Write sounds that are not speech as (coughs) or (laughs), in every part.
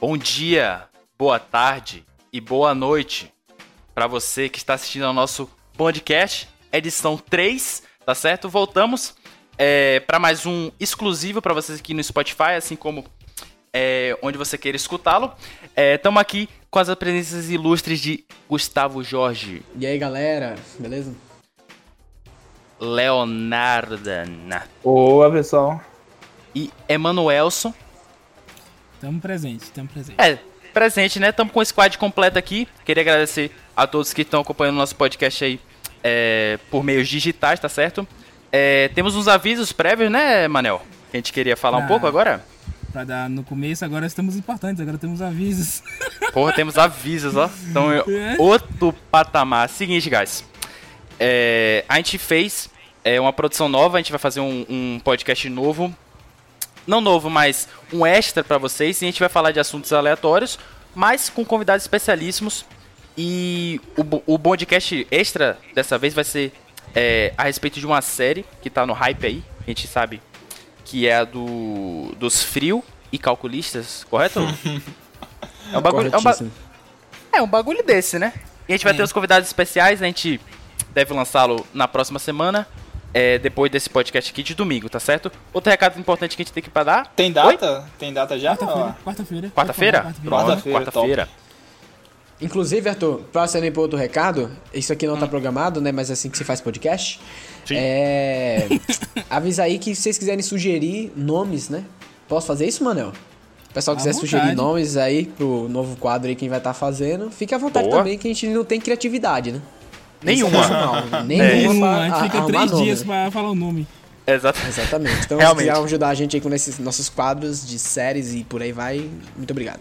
Bom dia, boa tarde e boa noite para você que está assistindo ao nosso podcast, edição 3, tá certo? Voltamos é, para mais um exclusivo para vocês aqui no Spotify, assim como é, onde você queira escutá-lo. Estamos aqui com as presenças ilustres de Gustavo Jorge, E aí, galera, beleza? Leonardana Boa, pessoal. e Emanuelson. Tamo presente, tamo presente. É, presente, né? Estamos com o squad completo aqui. Queria agradecer a todos que estão acompanhando o nosso podcast aí é, por meios digitais, tá certo? É, temos uns avisos prévios, né, Manel? Que a gente queria falar um Ah. pouco agora. Pra dar no começo, agora estamos importantes, agora temos avisos. (laughs) Porra, temos avisos, ó. Então, eu- É. outro patamar. Seguinte, guys. É, a gente fez é, uma produção nova, a gente vai fazer um, um podcast novo. Não novo, mas um extra pra vocês. E a gente vai falar de assuntos aleatórios, mas com convidados especialíssimos. E o, bo- o podcast extra dessa vez vai ser é, a respeito de uma série que tá no hype aí. A gente sabe que é a do, dos frio e calculistas, correto? é um bagulho. É um, ba- Corretíssimo. é um bagulho desse, né? E a gente vai ter os convidados especiais, né? a gente deve lançá-lo na próxima semana, é, depois desse podcast aqui de domingo, tá certo? Outro recado importante que a gente tem que pra dar. Tem data? Tem data já? Quarta-feira, quarta-feira. Quarta-feira? Quarta-feira. Pronto, Quarta-feira, Quarta-feira. Inclusive, Arthur, pra você nem pro outro recado, isso aqui não tá programado, né? Mas é assim que se faz podcast. Sim. (laughs) É. Avisa aí que se vocês quiserem sugerir nomes, né? Posso fazer isso, Manel? O pessoal À quiser vontade. sugerir nomes aí pro novo quadro aí, quem vai estar fazendo, fique à vontade Boa. também, que a gente não tem criatividade, né? Nenhuma. (laughs) Não, É, nenhuma Uma, um a pra gente fica arrumar três nome, dias né? pra falar o nome. Exato. (laughs) Exatamente. Então, se Realmente. quiser ajudar a gente aí com esses nossos quadros de séries e por aí vai, muito obrigado.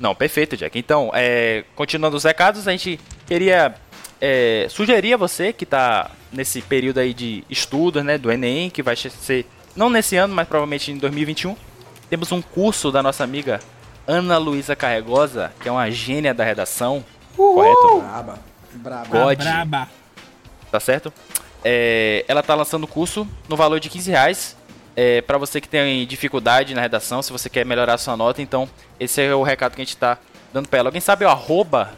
Não, perfeito, Jack. Então, é, continuando os recados, a gente queria é, sugerir a você que está nesse período aí de estudos, né, do Enem, que vai ser, não nesse ano, mas provavelmente em 2021, temos um curso da nossa amiga Ana Luísa Carregosa, que é uma gênia da redação, correto? Braba. Braba. Pode. A braba. Tá certo? É, ela tá lançando o curso no valor de 15 reais. É, para você que tem dificuldade na redação, se você quer melhorar a sua nota, então esse é o recado que a gente tá dando pra ela. Alguém sabe o arroba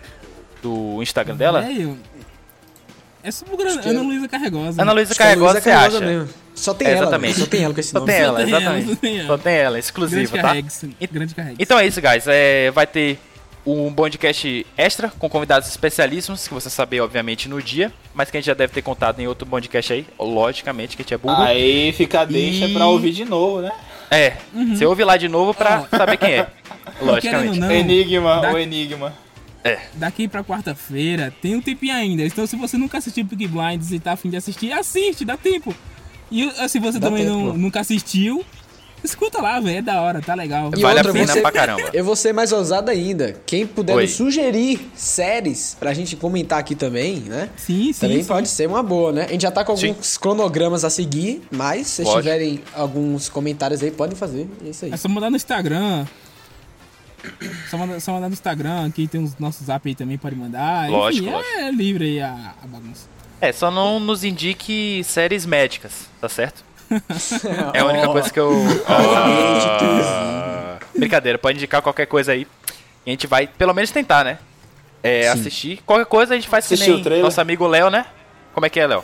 do Instagram dela? Velho, É super grande. que- Ana Luísa Carregosa. Ana Luísa Carregosa, você acha? é Só tem É, ela, exatamente. só tem ela com (laughs) esse Só nome. tem ela, tem ela, só tem exatamente. ela. Só tem ela, Grande exclusiva, tá? Carregues. Grande Carregues. Então é isso, guys. É, vai ter um podcast extra com convidados especialíssimos, que você saber, obviamente, no dia, mas que a gente já deve ter contado em outro podcast aí, logicamente, que a gente é burro. Aí fica a deixa E- pra ouvir de novo, né? É, você ouve lá de novo pra saber quem é. Querendo Logicamente. ou não, enigma, Da- o enigma. daqui pra quarta-feira tem um tempinho ainda. Então, se você nunca assistiu Peak Blinds e tá afim de assistir, assiste, dá tempo. E uh, se você Dá também não- tempo. nunca assistiu, escuta lá, velho. É da hora, tá legal. E vale outra, a pena você- pra caramba. Eu vou ser mais ousado ainda. Quem puder Oi. nos sugerir séries pra gente comentar aqui também, né? Sim, sim. Também sim. pode ser uma boa, né? A gente já tá com Sim. alguns cronogramas a seguir, mas se vocês Pode. tiverem alguns comentários aí, podem fazer. É isso aí. Assim, É só mandar no Instagram. Só mandar, só mandar no Instagram, aqui tem os nossos zap aí também, pode mandar. Lógico, Enfim, é livre aí a, a bagunça. É, só não nos indique séries médicas, tá certo? É a única Ó, coisa que eu. Ah. Brincadeira, pode indicar qualquer coisa aí. E a gente vai, pelo menos, tentar, né? É, assistir. Qualquer coisa a gente faz Assistir que o nem trailer. nosso amigo Léo, né? Como é que é, Léo?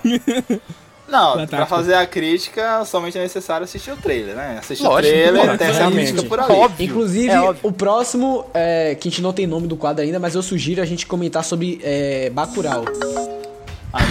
Não, Fantástico. pra fazer a crítica, somente é necessário assistir o trailer, né? Assistir Lógico, o trailer, porra, tem essa claramente. crítica por ali. Óbvio. Inclusive, É óbvio. o próximo, é, que a gente não tem nome do quadro ainda, mas eu sugiro a gente comentar sobre é, Bacurau. Ai,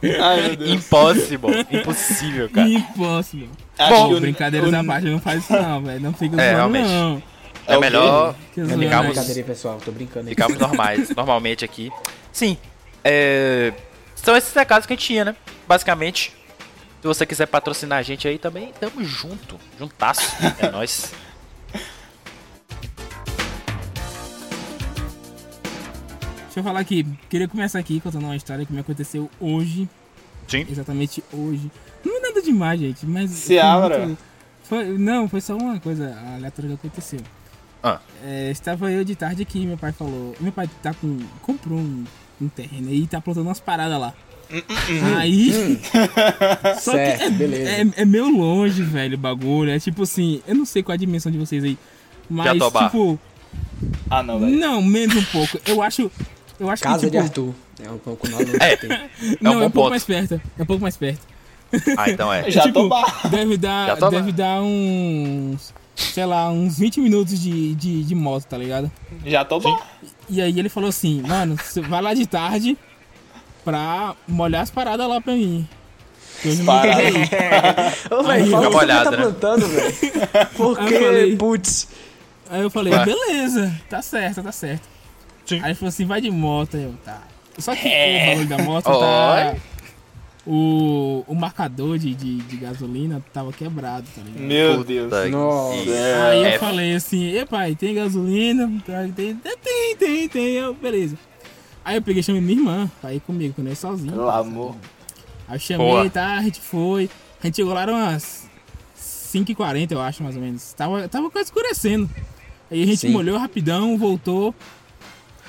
meu Deus. Impossible. Impossível, cara. Impossível. Acho Bom, que o- Brincadeiras o- à parte, não faz isso não, velho. Não fica É, zoando, realmente. não. É melhor Que zoando. É Ficamos- brincadeira, aí, pessoal. Tô brincando aí. (laughs) Ficamos normais, (laughs) normalmente aqui. Sim, é, são esses recados que a gente tinha, né? Basicamente, se você quiser patrocinar a gente aí também, tamo junto. Juntasso. É (laughs) nóis. Deixa eu falar aqui. Queria começar aqui contando uma história que me aconteceu hoje. Sim. Exatamente hoje. Não é nada demais, gente, mas. Se foi abra. muito- foi- não, foi só uma coisa aleatória que aconteceu. Ah. É, estava eu de tarde aqui, meu pai falou. Meu pai tá com. comprou um, um terreno e tá plantando umas paradas lá. Aí. Só Certo, que é, beleza. é, é meio longe, velho, o bagulho. É tipo assim, eu não sei qual a dimensão de vocês aí. Mas, Jatobá. tipo, Ah, não, velho. não, menos um pouco. Eu acho. Eu acho Casa que. de Tipo, Arthur. É um pouco nada que É. É tem. um não, bom é um pouco ponto. mais perto. É um pouco mais perto. Ah, então é. Já tipo, tô bar... Deve dar, Já tá lá. deve dar uns. Sei lá, uns 20 minutos de, de, de moto, tá ligado? Já tô bar... E aí ele falou assim, mano, você vai lá de tarde pra molhar as paradas lá pra mim. Que Hoje eu não Parada. quero ir. Ô, velho, fala o que você molhada, tá né? plantando, (laughs) velho. Aí eu Porque, falei- putz. Aí eu falei, Vai. beleza, tá certo, tá certo. Sim. Aí ele falou assim, vai de moto, aí eu, tá. Só que É. o valor da moto tá. Oi. O, o marcador de, de, de gasolina tava quebrado, tá ligado? Meu Puta Deus. que- Nossa. Aí É. eu falei assim, e pai, tem gasolina? Tem, tem, tem, tem. Eu, beleza. Aí eu peguei e chamei minha irmã pra ir comigo, quando eu ia sozinho. Pelo amor. Aí eu chamei, Boa. tá, a gente foi. A gente chegou lá era umas 5h40, eu acho, mais ou menos. Tava, tava quase escurecendo. Aí a gente Sim. molhou rapidão, voltou.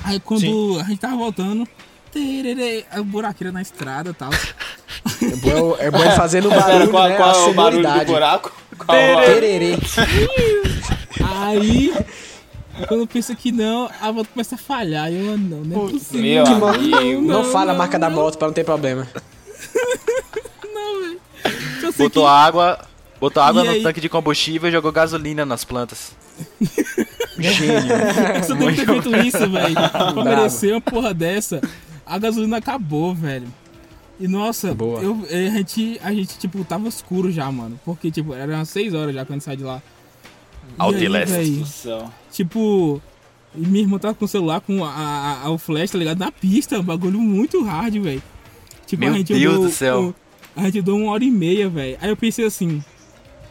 Aí quando a gente tava voltando, tererê, a buraqueira na estrada e tal. É bom, é bom fazer no Pera, barulho, qual, né? qual a é o barulho do sonoridade. buraco? Qual é Tererê. Aí, quando pensa que não, a moto começa a falhar. Eu, não, não é o... possível. Meu amigo. Não fala a não, marca da não. moto pra não ter problema. Não, velho. Eu sei Botou que- água, botou água E no aí? tanque de combustível e jogou gasolina nas plantas. Você deve ter feito (laughs) isso, velho. Pra Bravo. merecer uma porra dessa. A gasolina acabou, velho. E nossa, Boa. eu- eh, a, gente, a gente, tipo, tava escuro já, mano. Porque, tipo, era umas 6 horas já quando sai de lá. E Ao aí, Deleste. velho, Nossa. Tipo, e minha irmã tava com o celular com a, a- a- o flash, tá ligado? Na pista, um bagulho muito hard, velho. Tipo, Meu a gente Deus andou- do céu. o- a gente deu uma hora e meia, velho. Aí eu pensei assim,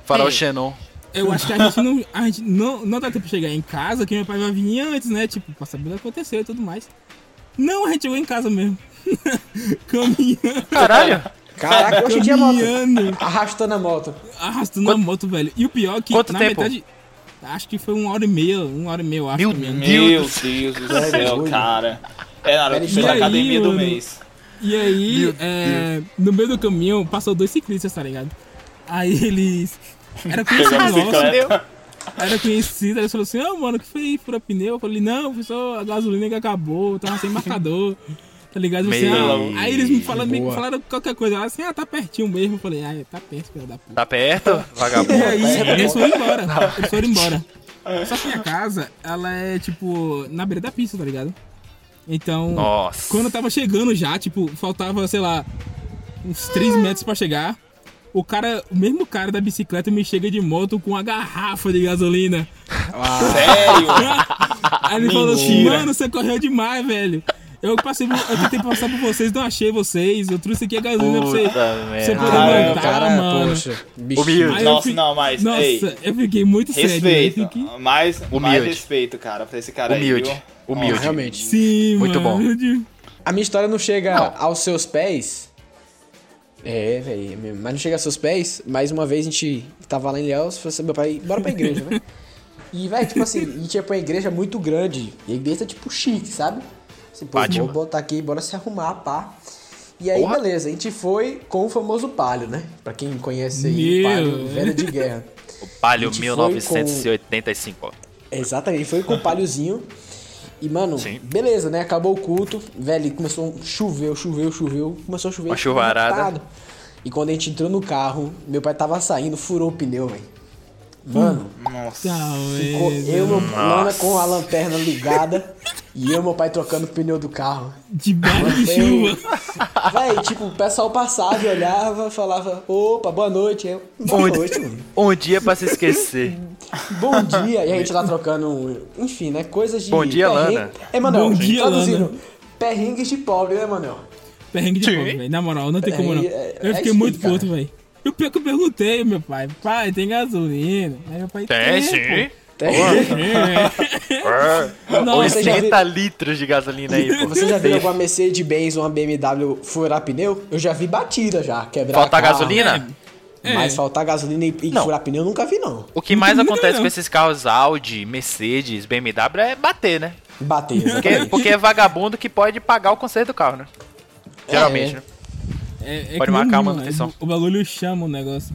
Farol É. Xenon. eu acho que a gente não. A gente não, não dá tempo de chegar em casa, que meu pai vai vir antes, né? Tipo, pra saber o que aconteceu e tudo mais. Não, a gente chegou em casa mesmo. (laughs) caminhando, Caralho! Caraca, hoje em dia a moto. caminhando, Arrastando a moto. arrastando Quanto- a moto, velho. E o pior é que, Quanto na tempo? metade. Acho que foi uma hora e meia, uma hora e meia, eu acho. Meu também. Meu Deus do É, céu, doido. cara. É, Naruto E fez a aí, academia do mano? mês. E aí, é, no meio do caminho, passou dois ciclistas, tá ligado? Aí eles. (laughs) Era Pegou a conhecido nosso, bicicleta. era conhecido, eles falaram assim, ah, mano, o que foi aí? Furou pneu? Eu falei, não, foi só a gasolina que acabou, tava sem marcador. Tá ligado? Eu falei assim, Meu, ah, aí eles me falaram, me boa. falaram qualquer coisa. Ela assim, ah, tá pertinho mesmo. Eu falei, ah, tá perto, filho da puta. Tá perto, vagabundo. (laughs) E aí, eles foram embora. Eles foram embora. Só que minha casa, ela é, tipo, na beira da pista, tá ligado? Então, Nossa. quando eu tava chegando já, tipo, faltava, sei lá, uns 3 metros pra chegar. O cara, o mesmo cara da bicicleta me chega de moto com uma garrafa de gasolina. Sério? Aí ele falou assim, Mentira. mano, você correu demais, velho. Eu passei, por- eu tentei passar por vocês, não achei vocês. Eu trouxe aqui a gasolina pra você. Puta Você merda. poder Ah, é, o voltar, mano. bicho. Humilde. Aí eu Nossa, fi- não, mas, Nossa, ei. eu fiquei muito sério. né? velho. Respeito. Eu fiquei- Mais, mais Humilde. respeito, cara, pra esse cara Humilde. aí. viu? Ah, Humilde. realmente. Sim, Muito mano. A minha história não chega aos seus pés. É, velho. Mas não chega aos seus pés. Mais uma vez a gente tava lá em Léus, falou assim, meu pai, bora pra igreja, né? E, velho, tipo assim, a gente ia pra uma igreja muito grande. E a igreja, tipo, chique, sabe? Assim, pô, Fátima. vou botar aqui, bora se arrumar, pá. E aí, Porra. beleza, a gente foi com o famoso palio, né? Pra quem conhece aí, o Meu. palio velho de guerra. O Palio A gente 1985. Exatamente, foi com o palhozinho. E, mano, Sim. beleza, né? Acabou o culto. Velho, começou a chover, choveu, choveu. Começou a chover. Uma chuvarada. matado. E quando a gente entrou no carro, meu pai tava saindo, furou o pneu, velho. Mano, Hum. Nossa. é, ficou Talvez. eu, meu Lona, Nossa. com a lanterna ligada e eu, meu pai, trocando o pneu do carro. Debaixo de Véi, chuva. Véi, tipo, o pessoal passava, olhava, falava, opa, boa noite. Eu, boa Onde- noite, mano. Um dia pra se (laughs) esquecer. Bom dia, e a gente lá trocando, enfim, né? Coisas de. Bom dia, perrengue. Lana. É, Manuel, Bom dia, traduzindo, Lana. perrengues de pobre, né, Manuel? Perrengue de pobre, velho. Na moral, não tem como não. É, é, é Eu isso fiquei aí, muito cara. puto, velho. E o pior que eu perguntei, ao meu pai. Pai, tem gasolina? Aí meu pai É, Tem É, pô. sim. Tem- É. Nossa, você já 80 litros de gasolina aí, pô. (laughs) Você já viu alguma Mercedes-Benz ou uma BMW furar pneu? Eu já vi batida já, quebrar Faltar carro. gasolina? É. Mas faltar gasolina e, e Não. furar pneu eu nunca vi, não. O que mais Não, acontece não. com esses carros Audi, Mercedes, BMW é bater, né? Bater, Porque, exatamente. porque é vagabundo que pode pagar o conserto do carro, né? Geralmente, É. né? É, é Pode que nem marcar a mula, manutenção. O bagulho chama o negócio.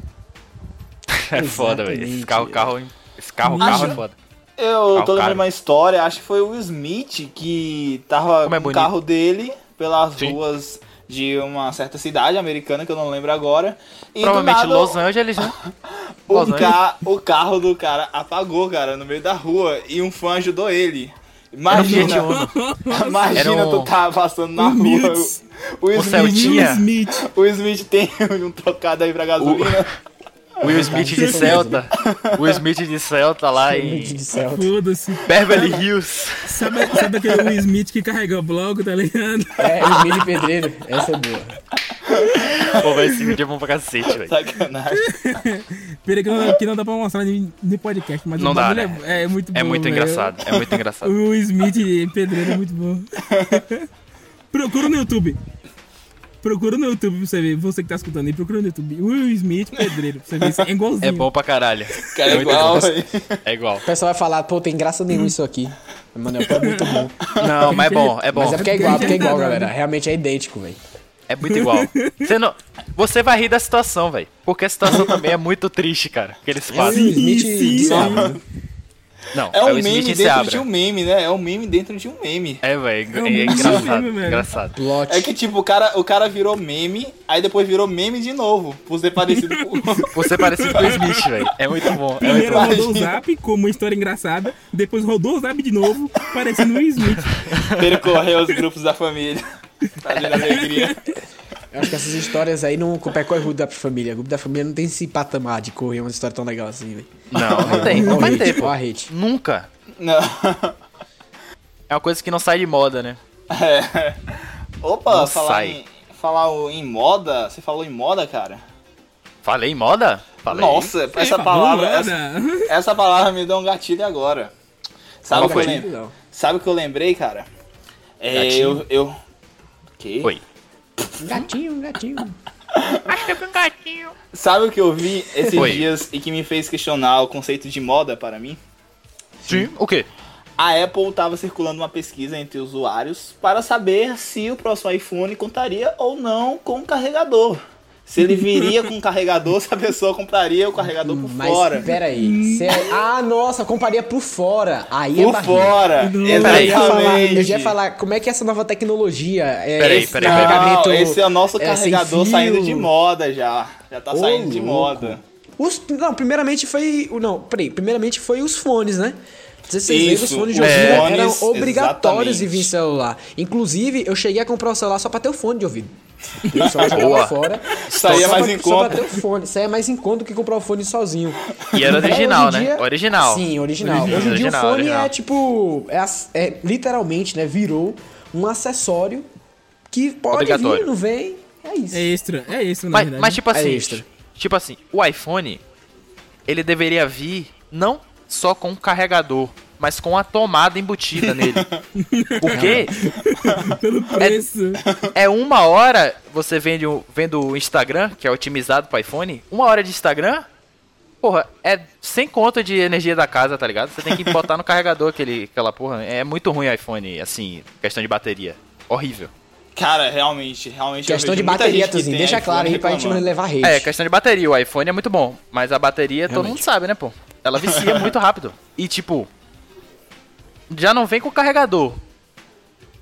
É foda, velho. Esse Exatamente. carro, carro, esse carro, Acho- carro é foda. Eu tô Calcário. lembrando uma história, acho que foi o Smith que tava Como é com o bonito. carro dele pelas Sim. ruas de uma certa cidade americana que eu não lembro agora. E do Provavelmente nada, Los Angeles, né? Los o, Angeles. ca- o carro do cara apagou, cara, no meio da rua e um fã ajudou ele. Era um Fiat Imagina, Uno. Era (laughs) imagina um- tu tá passando na Um rua. Mills. O, o Um Smith, Celtinha. Will Smith. o Smith tem (laughs) um trocado aí pra gasolina. É Will Smith de Celta. Will Smith de Celta lá em De Celta. Foda-se. Beverly Hills. Sabe, sabe aquele Will Smith que carrega bloco, tá ligado? É, Smith de Pedreiro. Essa é boa. Pô, vai esse vídeo é bom pra cacete, Tá velho. (laughs) Sacanagem. É Pera que não, que não dá pra mostrar de, de podcast, mas Não o dá, bagulho é, é muito bom. É muito velho. né? engraçado, é muito O engraçado. Will Smith em pedreiro é muito bom. (laughs) procura no YouTube. Procura no YouTube pra você ver. Você que tá escutando aí, procura no YouTube. Will Smith pedreiro, pra você ver. isso É igualzinho. É bom pra caralho. Cara, É muito igual, bom. velho. É igual. O pessoal vai falar, pô, tem graça nenhuma isso aqui. Manoel, pô, é muito bom. Não, mas é bom, é bom. Mas é porque é igual, porque é igual, galera. Realmente é idêntico, velho. É muito igual. Você, não... Você vai rir da situação, velho. Porque a situação também é muito triste, cara. Que eles É o fazem. Smith Sim, de sim. Celta, né? Não, É um o meme Smith dentro se abre. de um meme, né? É um meme dentro de um meme. É, velho. É um É, meme engraçado. mesmo, velho. engraçado. Plot. É que tipo, o cara, o cara virou meme, aí depois virou meme de novo, por ser parecido com (laughs) Você é parecido com o Smith, velho. É muito bom. É muito Primeiro (laughs) bom. rodou o zap com uma história engraçada, depois rodou o zap de novo, parecendo o Will Smith. percorrer os grupos da família. (laughs) Fazendo alegria. Eu acho que essas histórias aí não percorre o grupo da família. O grupo da família não tem esse patamar de correr uma história tão legal assim, velho. Não, não tem. Não vai hate, ter, pô. ó a hate. Nunca. Não. (laughs) É uma coisa que não sai de moda, né? É. Opa, Não falar sai. em, falar o- em moda, você falou em moda, cara? Falei em moda? Falei. tá Nossa, essa Ei, palavra, mano. essa, né?" (laughs) essa palavra me deu um gatilho agora. Sabe o que eu Gatilho, lembrei? não. Sabe o que eu lembrei, cara? É, Gatilho? eu, eu Que? Oi. Gatinho, gatinho. Sabe o que eu vi esses Oi. dias e que me fez questionar o conceito de moda para mim? Sim, o quê? A Apple estava circulando uma pesquisa entre usuários para saber se o próximo iPhone contaria ou não com um carregador. Se ele viria com um carregador, (laughs) se a pessoa compraria o carregador por Mas fora. peraí. Cê... Ah, nossa, comparia por fora. Aí é Por barriga. fora! Não. Eu já ia falar, eu Exatamente! já ia falar, como é que é essa nova tecnologia é Peraí, esse peraí, peraí. carregamento Não, esse é o nosso é, sem carregador fio? saindo de moda já. Já tá Ô, saindo de louco. moda. Os, não, primeiramente foi. o- Não, peraí. Primeiramente foi os fones, né? Não sei se Vocês lembram, os Isso, fones de os ouvido fones, eram obrigatórios exatamente. de vir em celular. Inclusive, eu cheguei a comprar o celular só pra ter o fone de (laughs) ouvido. Eu só jogava Boa. fora. Saía só mais pra, em só pra conta. ter o fone. Isso aí é mais em conta do que comprar o fone sozinho. E era Então, original, hoje em né? dia- Original. Sim, original. Original. Hoje em dia Original, o fone original. é tipo. É, ass- é literalmente, né? Virou um acessório que pode vir, Obrigatório. não vem. É isso. É extra, é extra, na Mas, verdade. mas tipo assim, extra. tipo assim, o iPhone ele deveria vir não só com um carregador, mas com a tomada embutida (laughs) nele. Porque Pelo tipo, preço. é uma hora você vende o- vendo o Instagram, que é otimizado para iPhone, uma hora de Instagram, porra, é sem conta de energia da casa, tá ligado? Você tem que botar no (laughs) carregador aquele, aquela porra. É muito ruim o iPhone, assim, questão de bateria. Horrível. Cara, realmente, realmente. eu Questão de vejo muita bateria, gente que Tuzinho. tem Deixa iPhone claro aí pra gente não reclamando. levar hate. É, questão de bateria. O iPhone é muito bom, mas a bateria todo mundo sabe, né, pô? Ela (laughs) vicia muito rápido. E, tipo, já não vem com carregador.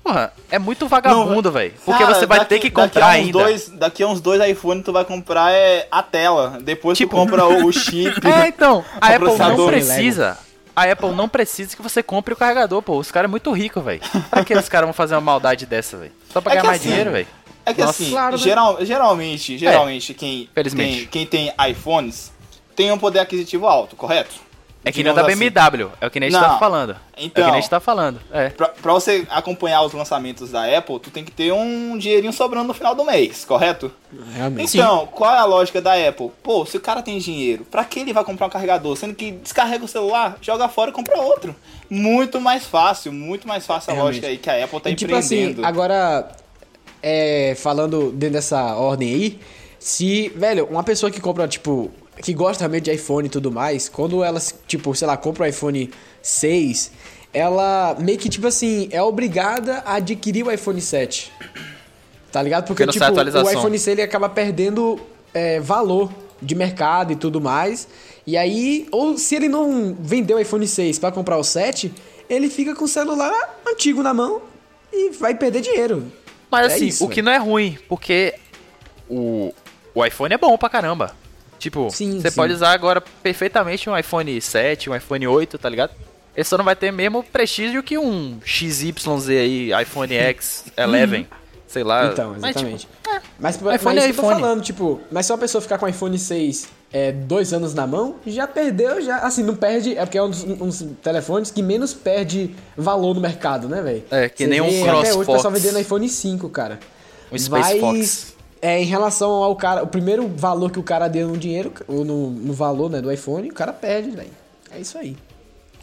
Porra, é muito vagabundo, velho. Porque Cara, você vai daqui- ter que daqui a comprar uns ainda. Dois, daqui a uns dois iPhone tu vai comprar é, a tela. Depois Tipo- tu compra (laughs) o, o chip. (laughs) É, então, a O Apple não processador. precisa. A Apple não precisa que você compre o carregador, pô. Os caras é muito rico, velho. Pra que os caras vão fazer uma maldade dessa, velho? Só pra É ganhar que mais assim, dinheiro, velho. É que Nossa, assim, claro, né? geral- geralmente, geralmente quem, felizmente. tem, quem tem iPhones tem um poder aquisitivo alto, correto? É que nem o Digamos da assim. BMW. É o que nem a gente tá Não. falando. é o que Então. nem a gente tá falando. É. Pra, pra você acompanhar os lançamentos da Apple, tu tem que ter um dinheirinho sobrando no final do mês, correto? Realmente. Então, qual é a lógica da Apple? Pô, se o cara tem dinheiro, pra que ele vai comprar um carregador? Sendo que descarrega o celular, joga fora e compra outro. Muito mais fácil, muito mais fácil a Realmente. lógica aí que a Apple tá E, tipo assim, empreendendo. agora, é, falando dentro dessa ordem aí, se, velho, uma pessoa que compra, tipo, que gosta realmente de iPhone e tudo mais, quando ela, tipo, sei lá, compra o iPhone 6, ela meio que, tipo assim, é obrigada a adquirir o iPhone 7. Tá ligado? Porque, Porque não sai tipo, o atualização. iPhone 6 ele acaba perdendo é, valor de mercado e tudo mais. E aí, ou se ele não vendeu o iPhone 6 para comprar o 7, ele fica com o celular antigo na mão e vai perder dinheiro. Mas É assim, isso, o que não é ruim, porque o, o iPhone é bom pra caramba. Tipo, Sim, você sim. pode usar agora perfeitamente um iPhone 7, um iPhone 8, tá ligado? Ele só não vai ter mesmo prestígio que um XYZ aí, (laughs) iPhone X 11, sei lá. Então, Mas, tipo, exatamente. Mas, mas, iPhone é isso que eu tô iPhone. falando, tipo, mas se uma pessoa ficar com o iPhone 6 é, dois anos na mão, já perdeu, já. Assim, não perde. É porque é um dos, um dos telefones que menos perde valor no mercado, né, velho? É, que nem um Até Cross hoje o pessoal Fox. vendendo iPhone 5, cara. Um Space Fox. É, em relação ao cara, o primeiro valor que o cara deu no dinheiro, ou no, no valor, né, do iPhone, o cara perde, velho. É isso aí.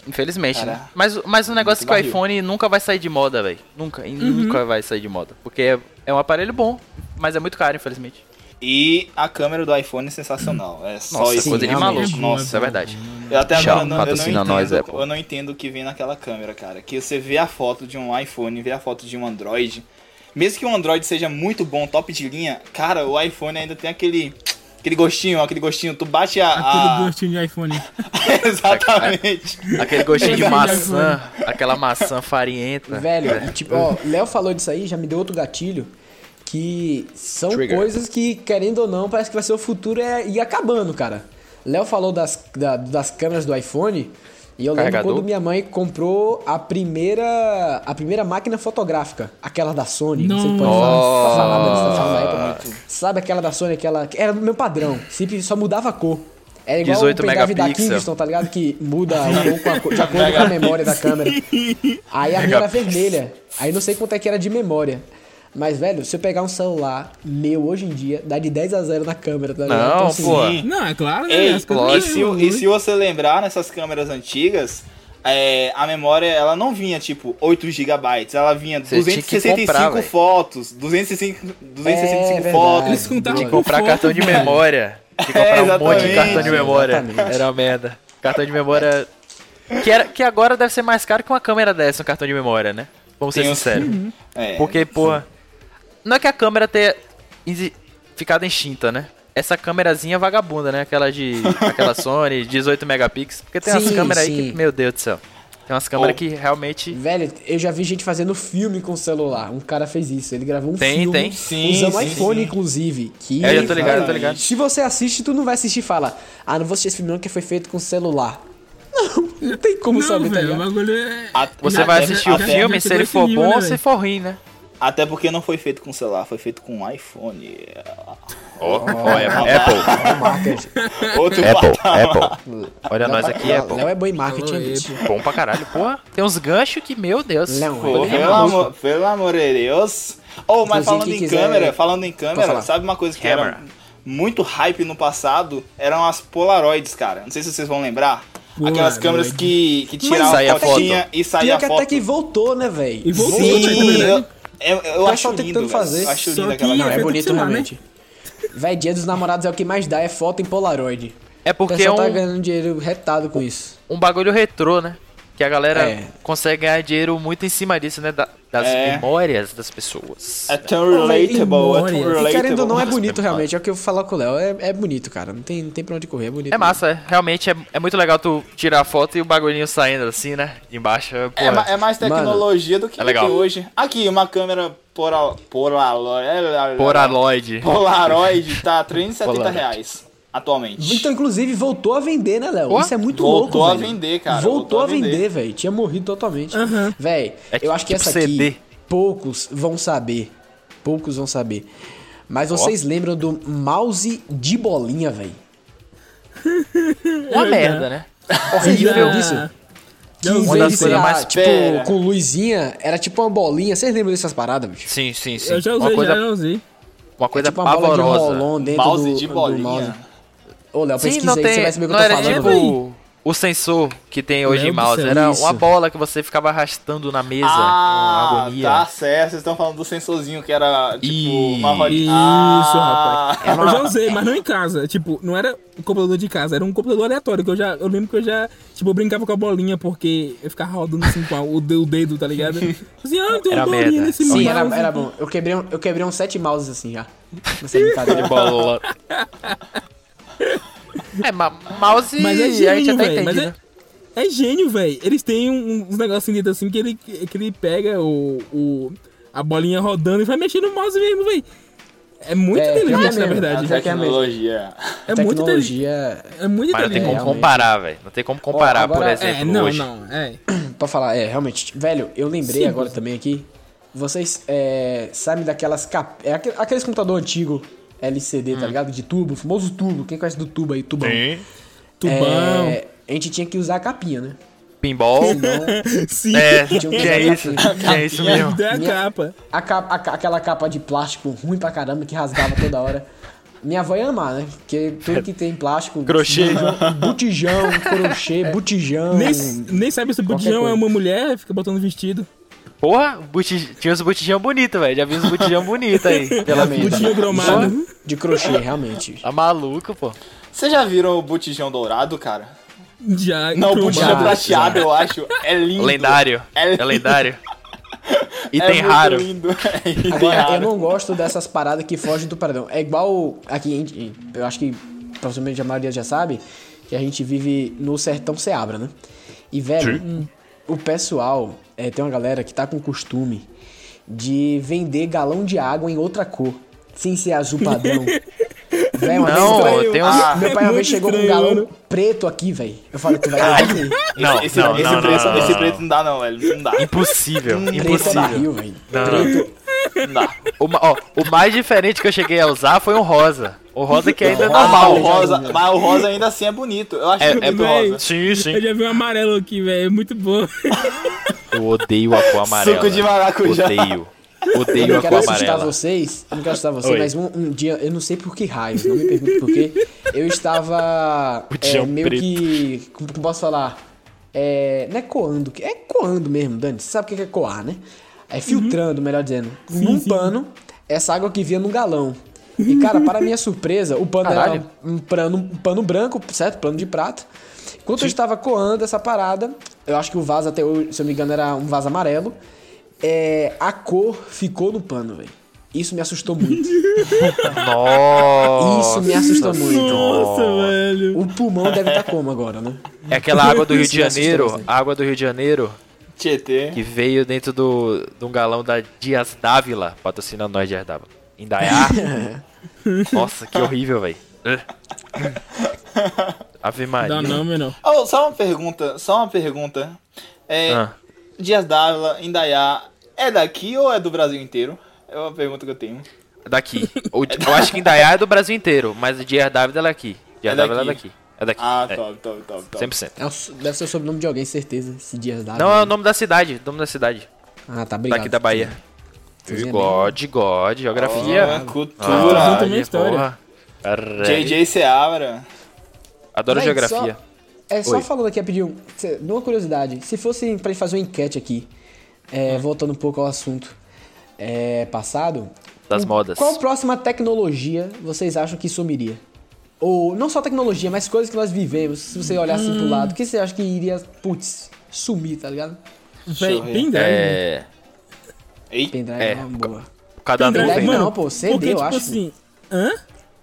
Infelizmente, Cara, né? Mas, mas o negócio é que o barril. iPhone nunca vai sair de moda, velho. Nunca, Uhum. e nunca vai sair de moda. Porque é, é um aparelho bom, mas é muito caro, infelizmente. E a câmera do iPhone é sensacional. É só Nossa, isso. coisa de realmente. maluco. Nossa, Nossa, é verdade. Eu até Tchau, agora não, eu, não patrocina entendo, nós, Apple. eu não entendo o que vem naquela câmera, cara. Que você vê a foto de um iPhone, vê a foto de um Android. Mesmo que o Android seja muito bom, top de linha, cara, o iPhone ainda tem aquele. Aquele gostinho, aquele gostinho, tu bate a. a- Aquele gostinho de iPhone. (laughs) Exatamente. Aquele gostinho de Gostinho de maçã, aquela maçã farinhenta. Velho, e tipo, ó, Léo falou disso aí, já me deu outro gatilho. Que são Trigger. coisas que, querendo ou não, parece que vai ser o futuro é ir acabando, cara. Léo falou das, da- das câmeras do iPhone. E eu Carregador. lembro quando minha mãe comprou a primeira a primeira máquina fotográfica, aquela da Sony. Não, sei se pode falar, tá né, Nossa. falar da Sony, falar da Apple muito. Sabe aquela da Sony, aquela. que Era do meu padrão. Sempre só mudava a cor. Era igual 18 o pendrive da megapixel. Kingston, tá ligado? Que muda a cor com a cor- de acordo com a memória da câmera. Aí a minha era vermelha. Aí não sei quanto é que era de memória. Mas, velho, se eu pegar um celular meu hoje em dia, dá de 10 a 0 na câmera, tá ligado? Não, Então, assim, pô. Sim. Não, é claro, né? Ei, As coisas e, lógico. não se, são e ruins. se você lembrar nessas câmeras antigas, é, a memória ela não vinha tipo 8 GB, ela vinha Você tinha que 265 comprar, véi. fotos, 265, 265 É Eles fotos. verdade. contavam Tinha que tá com comprar foto, cartão de velho. memória. Tinha que É, comprar um monte de exatamente. cartão de memória. Exatamente. Era uma merda. Cartão de memória. Que, era, que agora deve ser mais caro que uma câmera dessa, um cartão de memória, né? Vamos ser Tem um- sinceros. né? É, Porque, porra. Não é que a câmera tenha exi- ficado extinta, né? Essa câmerazinha vagabunda, né? Aquela (laughs) de. Aquela Sony, 18 megapixels. Porque tem umas Sim, câmeras aí sim. que. Meu Deus do céu. Tem umas câmeras Oh. Ou- que realmente. Velho, eu já vi gente fazendo filme com celular. Um cara fez isso. Ele gravou um Tem, filme tem. Sim, usando sim, iPhone, sim. inclusive. Que, É, eu tô ligado, eu tô velho, ligado. Se você assiste, tu não vai assistir e fala, ah, não vou assistir esse filme não, que foi feito com celular. (laughs) Não, não tem como Não, saber, tá velho, o ligado? bagulho é... A- Você Nada, vai né? assistir Já- o já filme, se chegou ele esse for nível, bom né, ou se velho? for ruim, né? Até porque não foi feito com celular, foi feito com iPhone. Ó, ó, é Apple. É um Marketing. Outro patamar. Apple. Olha nós aqui, Léo, Léo Apple. é bom em Tá marketing, Alô, é, bicho. Bom pra caralho, porra. Tem uns ganchos que, meu Deus. Não, Pô, é Pô, Poderia pelo, maluco. amor, pelo amor de Deus. Oh, Inclusive, mas falando quem em quiser- câmera, falando em câmera, falar. sabe uma coisa que Camera. era muito hype no passado? Eram as Polaroids, cara. Não sei se vocês vão lembrar. Aquelas Polaroid. câmeras que, que tiravam saía a fotinha e Pior saía a que foto. até que voltou, né, velho? E voltou, Voltou, tipo, tipo, Sim, né? eu, eu, eu Tá acho só tentando lindo, fazer. velho. Eu acho Só lindo que- aquela Não, câmera. é Feito bonito com celular, realmente. Véi, dia dos namorados é o que mais dá, é foto em Polaroid. É O porque é pessoal tá um, ganhando dinheiro retado com isso. um bagulho retrô, né? Que a galera É. consegue ganhar dinheiro muito em cima disso, né? Da- das É. memórias das pessoas. É tão relatable, é tão memória. relatable. E querendo ou não, é Nossa, bonito meu realmente. É o que eu falo com o Léo. É, é bonito, cara. Não tem, não tem pra onde correr. É bonito. É massa, é. realmente é, é muito legal tu tirar a foto e o bagulhinho saindo assim, né? De Embaixo. Pô, É, ma- é mais Mano, tecnologia do que, é legal. do que hoje. Aqui, uma câmera Polaroid. Polaroid. Polaroid tá 370 Polaroid. reais atualmente. Então, inclusive, voltou a vender, né, Léo? Ó, Isso é muito louco, voltou a velho. vender, cara, Voltou, voltou a a vender. vender, velho. Tinha morrido totalmente. Aham. Véi, É eu acho que tipo essa aqui, CD. poucos vão saber. Poucos vão saber. Mas vocês lembram do mouse de bolinha, velho? (laughs) Uma merda, né? Vocês lembram Já- disso? Ah. Que já em Uma usei das vez de isso ser coisas aí. mais mais- tipo, Pera. com luzinha, era tipo uma bolinha. Vocês lembram dessas paradas, bicho? Sim, sim, sim. Eu já usei, uma coisa, já, já usei. Uma coisa tipo uma bola de pavorosa. rolon dentro Mouse do, de do bolinha. mouse. Ô, Léo, Sim, pesquisa não aí, você vai tem. saber o que Não eu tô era falando. tipo o sensor que tem hoje em Lembro, mouse. céu, Era isso. uma bola que você ficava arrastando na mesa. com Ah, É agonia. tá certo. Vocês estão falando do sensorzinho que era tipo Ih, uma rodinha. Isso, Ah, rapaz. Eu já usei, mas não em casa. Tipo, não era o computador de casa, era um computador aleatório. Que eu já. Eu lembro que eu já. Tipo, eu brincava com a bolinha porque eu ficava rodando assim com a- o, de- o dedo, tá ligado? Assim, ah, tem Era uma bolinha merda. nesse Sim, era, mouse. era bom. É Eu quebrei, um, eu quebrei uns sete mouses assim já. Nessa brincadeira. Bola. É, ma mouse Mas é a gente gênio, até velho. entende, Mas né? é, é gênio, velho. Eles têm um- uns negocinhos dentro assim que ele, que ele pega o, o, a bolinha rodando e vai mexendo no mouse mesmo, velho. É muito É, inteligente, é na mesmo. verdade. Até- Tecnologia. É muito inteligente. Tecnologia, É muito Mas não tem inteligente. como realmente. comparar, velho. Não tem como comparar, Ó, agora- por é, exemplo, É, não, hoje. não. É. pra falar, é, realmente. Velho, eu lembrei Sim, agora mas- também aqui. Vocês é, sabem daquelas cap... É aqu- aqueles computador antigo LCD, Hum. tá ligado? De tubo, o famoso tubo. Quem conhece do tubo aí? Tubão. Sim. Tubão. É, a gente tinha que usar a capinha, né? Pinball. Sim. É, (laughs) Tinha que é usar a isso. capinha. É isso mesmo. Deu a Minha- capa. A capa- a ca- aquela capa de plástico ruim pra caramba que rasgava toda hora. Minha avó ia amar, né? Porque tudo que tem plástico. Crochê. botijão- Botijão, crochê, botijão. Nem, nem sabe se o Qualquer botijão é coisa. uma mulher, fica botando vestido. Porra, botij- tinha uns botijão bonito, velho. Já vi uns botijão bonito (laughs) aí, pela Realmente. vida. Botijão gromado. De crochê, realmente. Tá maluco, pô. Vocês já viram o botijão dourado, cara? Já. Não, o cromado. botijão prateado, eu acho. É lindo. Lendário. É É (laughs) lindo. lendário. E É tem muito raro. Lindo. (laughs) É item Agora, eu raro. não gosto dessas paradas que fogem do padrão. É igual aqui, em- eu acho que provavelmente a maioria já sabe, que a gente vive no sertão Seabra, né? E, velho, hum, o pessoal, é, tem uma galera que tá com costume de vender galão de água em outra cor, sem ser azul (laughs) padrão. Véi, uma vez Não, meu- tem uns- meu pai uma vez muito chegou com um estranho, né? galão preto aqui, velho. Eu falei, tu vai Não, Esse, não, esse não, não, preto, não, esse não. preto não dá, não, velho. Não (laughs) dá. Impossível, preto é da impossível. Rio, velho. Não, não. (laughs) Não dá. O, ma- ó, o mais diferente que eu cheguei a usar foi um rosa. O rosa que ainda é Ah, mas o normal. rosa, mas o rosa ainda assim é bonito. Eu acho É- bonito é o rosa. Sim, sim. Eu já vi um amarelo aqui, velho. É (laughs) muito bom. Eu odeio a cor amarela. Suco de maracujá. né? Odeio. Eu Odeio não a quero cor assustar amarela. vocês, eu não quero assustar vocês, Oi. mas um, um dia, eu não sei por que raios, não me pergunto por quê, eu estava é, Tião meio Preto. que, como que eu posso falar, é, não é coando, que- é coando mesmo, Dani, você sabe o que é coar, né? É filtrando, melhor dizendo, num pano, essa água que vinha num galão. E, cara, para minha surpresa, o pano Caralho. era um pano, um pano branco, certo? Pano de prata. Enquanto eu estava coando essa parada, eu acho que o vaso até hoje, se eu não me engano, era um vaso amarelo. É, a cor ficou no pano, velho. Isso me assustou muito. (laughs) Nossa. Isso me assustou muito. Nossa, velho. O pulmão deve estar como agora, né? É aquela água do Rio de Isso me assustou Janeiro, bastante. a água do Rio de Janeiro, Tietê. que veio dentro do, de um galão da Dias Dávila, patrocinando nós Dias Dávila. Indaiá. (laughs) Nossa, que horrível, velho. Ave Maria. Dá não, menor. Oh, só uma pergunta, só uma pergunta. É, Ah. Dias Dávila, Indaiá, é daqui ou é do Brasil inteiro? É uma pergunta que eu tenho. Daqui. O- eu acho que Indaiá é do Brasil inteiro, mas o Dias Dávila é daqui. Dias É Dávila é daqui. daqui. É daqui. Ah, é, top, top, top, top. 100%. É o- Deve ser o sobrenome de alguém, certeza. Se dias da. Não, é o nome da cidade, o nome da cidade. Ah, tá, obrigado. Daqui da Bahia. Vocês é lembram? God, God, Ah, geografia. Ah, cultura. também história. porra. Caralho. JJ Seabra. Adoro Véi, geografia. só- é só Oi. falando aqui rapidinho, cê- de uma curiosidade. Se fosse pra gente fazer uma enquete aqui, Hum. é, voltando um pouco ao assunto é, passado. Das o- modas. um Qual próxima tecnologia vocês acham que sumiria? Ou não só tecnologia, mas coisas que nós vivemos. Se você olhar assim Hum. pro lado, o que você acha que iria, putz, sumir, tá ligado? Velho, eu ver. pendrive. velho. É. Ei, Pendrive É, é uma boa. Cada um Pendrive, tem. mano. né? não, pô, CD, porque, eu tipo acho. assim. Hã?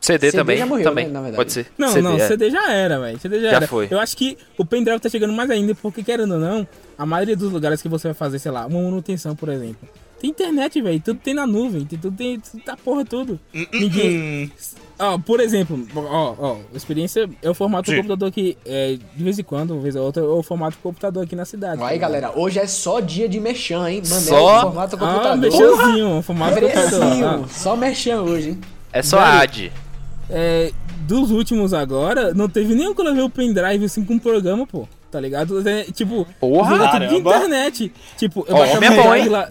CD, CD também. já morreu, também. né, na verdade. Pode ser. Não, CD, não, é. CD já era, velho. CD já, Já era. foi. Eu acho que o pendrive tá chegando mais ainda, porque querendo ou não, a maioria dos lugares que você vai fazer, sei lá, uma manutenção, por exemplo. Tem internet, velho. Tudo tem na nuvem. Tem, tudo tem. Tudo, tá porra, tudo. Ninguém. Ó, por exemplo, ó, ó, a experiência é o formato do computador que é, de vez em quando, uma vez ou outra, é o formato do computador aqui na cidade. Aí, galera, hoje é só dia de mexão, hein? Mandei Só? o formato do Ah, computador. mexãozinho, o formato do computador. Precinho, Ah, só mexão hoje, hein? É só Velho. AD. é, dos últimos agora, não teve nenhum quando eu vi o pendrive assim com um programa, pô. Tá ligado? É, tipo, Porra! os outros de Caramba! internet. Tipo, eu Ó, baixava homem é os bom, drive hein? lá.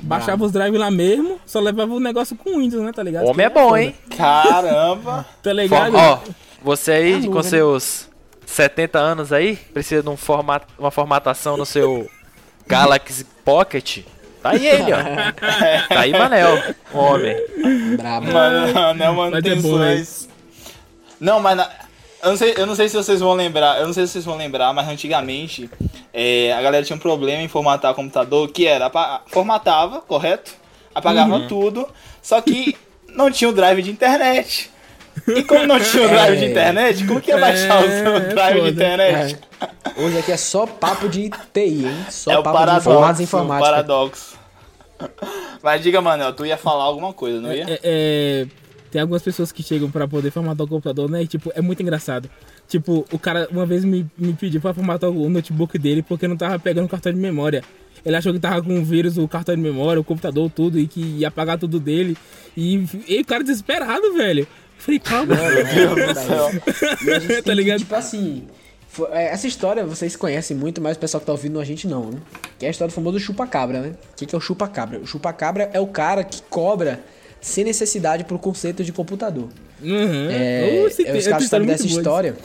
Baixava os drive lá mesmo, só levava o negócio com Windows, né? Tá ligado? Homem é Que era bom, foda. hein? caramba. Tá Forma- ligado? Ó, você aí nuvem, com né? seus 70 anos aí, precisa de um forma- uma formatação no seu Galaxy Pocket. Tá aí ele, ó. Tá aí Manel, um homem. Brabo. Mano, não É. Mas manutenções. Não, mas na- eu, não sei, eu não sei se vocês vão lembrar, eu não sei se vocês vão lembrar, mas antigamente é, a galera tinha um problema em formatar o computador, que era, apa- formatava, Uhum. correto? Apagava tudo, só que não tinha o drive de internet. E como não tinha o drive de É. internet, como que ia baixar o seu É, drive foda. de internet? É. Hoje aqui é só papo de TI, hein? Só É, o papo de informados e paradoxo. O informática. (laughs) paradoxo. Mas diga, Manel, tu ia falar alguma coisa, não ia? É, é, tem algumas pessoas que chegam pra poder formatar o computador, né? E, tipo, é muito engraçado. Tipo, o cara uma vez me, me pediu pra formatar o notebook dele porque não tava pegando o cartão de memória. Ele achou que tava com um vírus, o cartão de memória, o computador, tudo, e que ia apagar tudo dele. E, e o cara desesperado, velho. Eu Falei, calma. (laughs) (laughs) Meu Deus Tá do céu. E a gente tem Tá que, ligado? tipo assim. fo- é, Essa história vocês conhecem muito, mas o pessoal que tá ouvindo a gente não, né? Que é a história do famoso chupa-cabra, né? O que, que é o chupa-cabra? O chupa-cabra é o cara que cobra sem necessidade pro conceito de computador. Uhum. É, Ou se é, tem- os outra caras sabem muito dessa boa. história.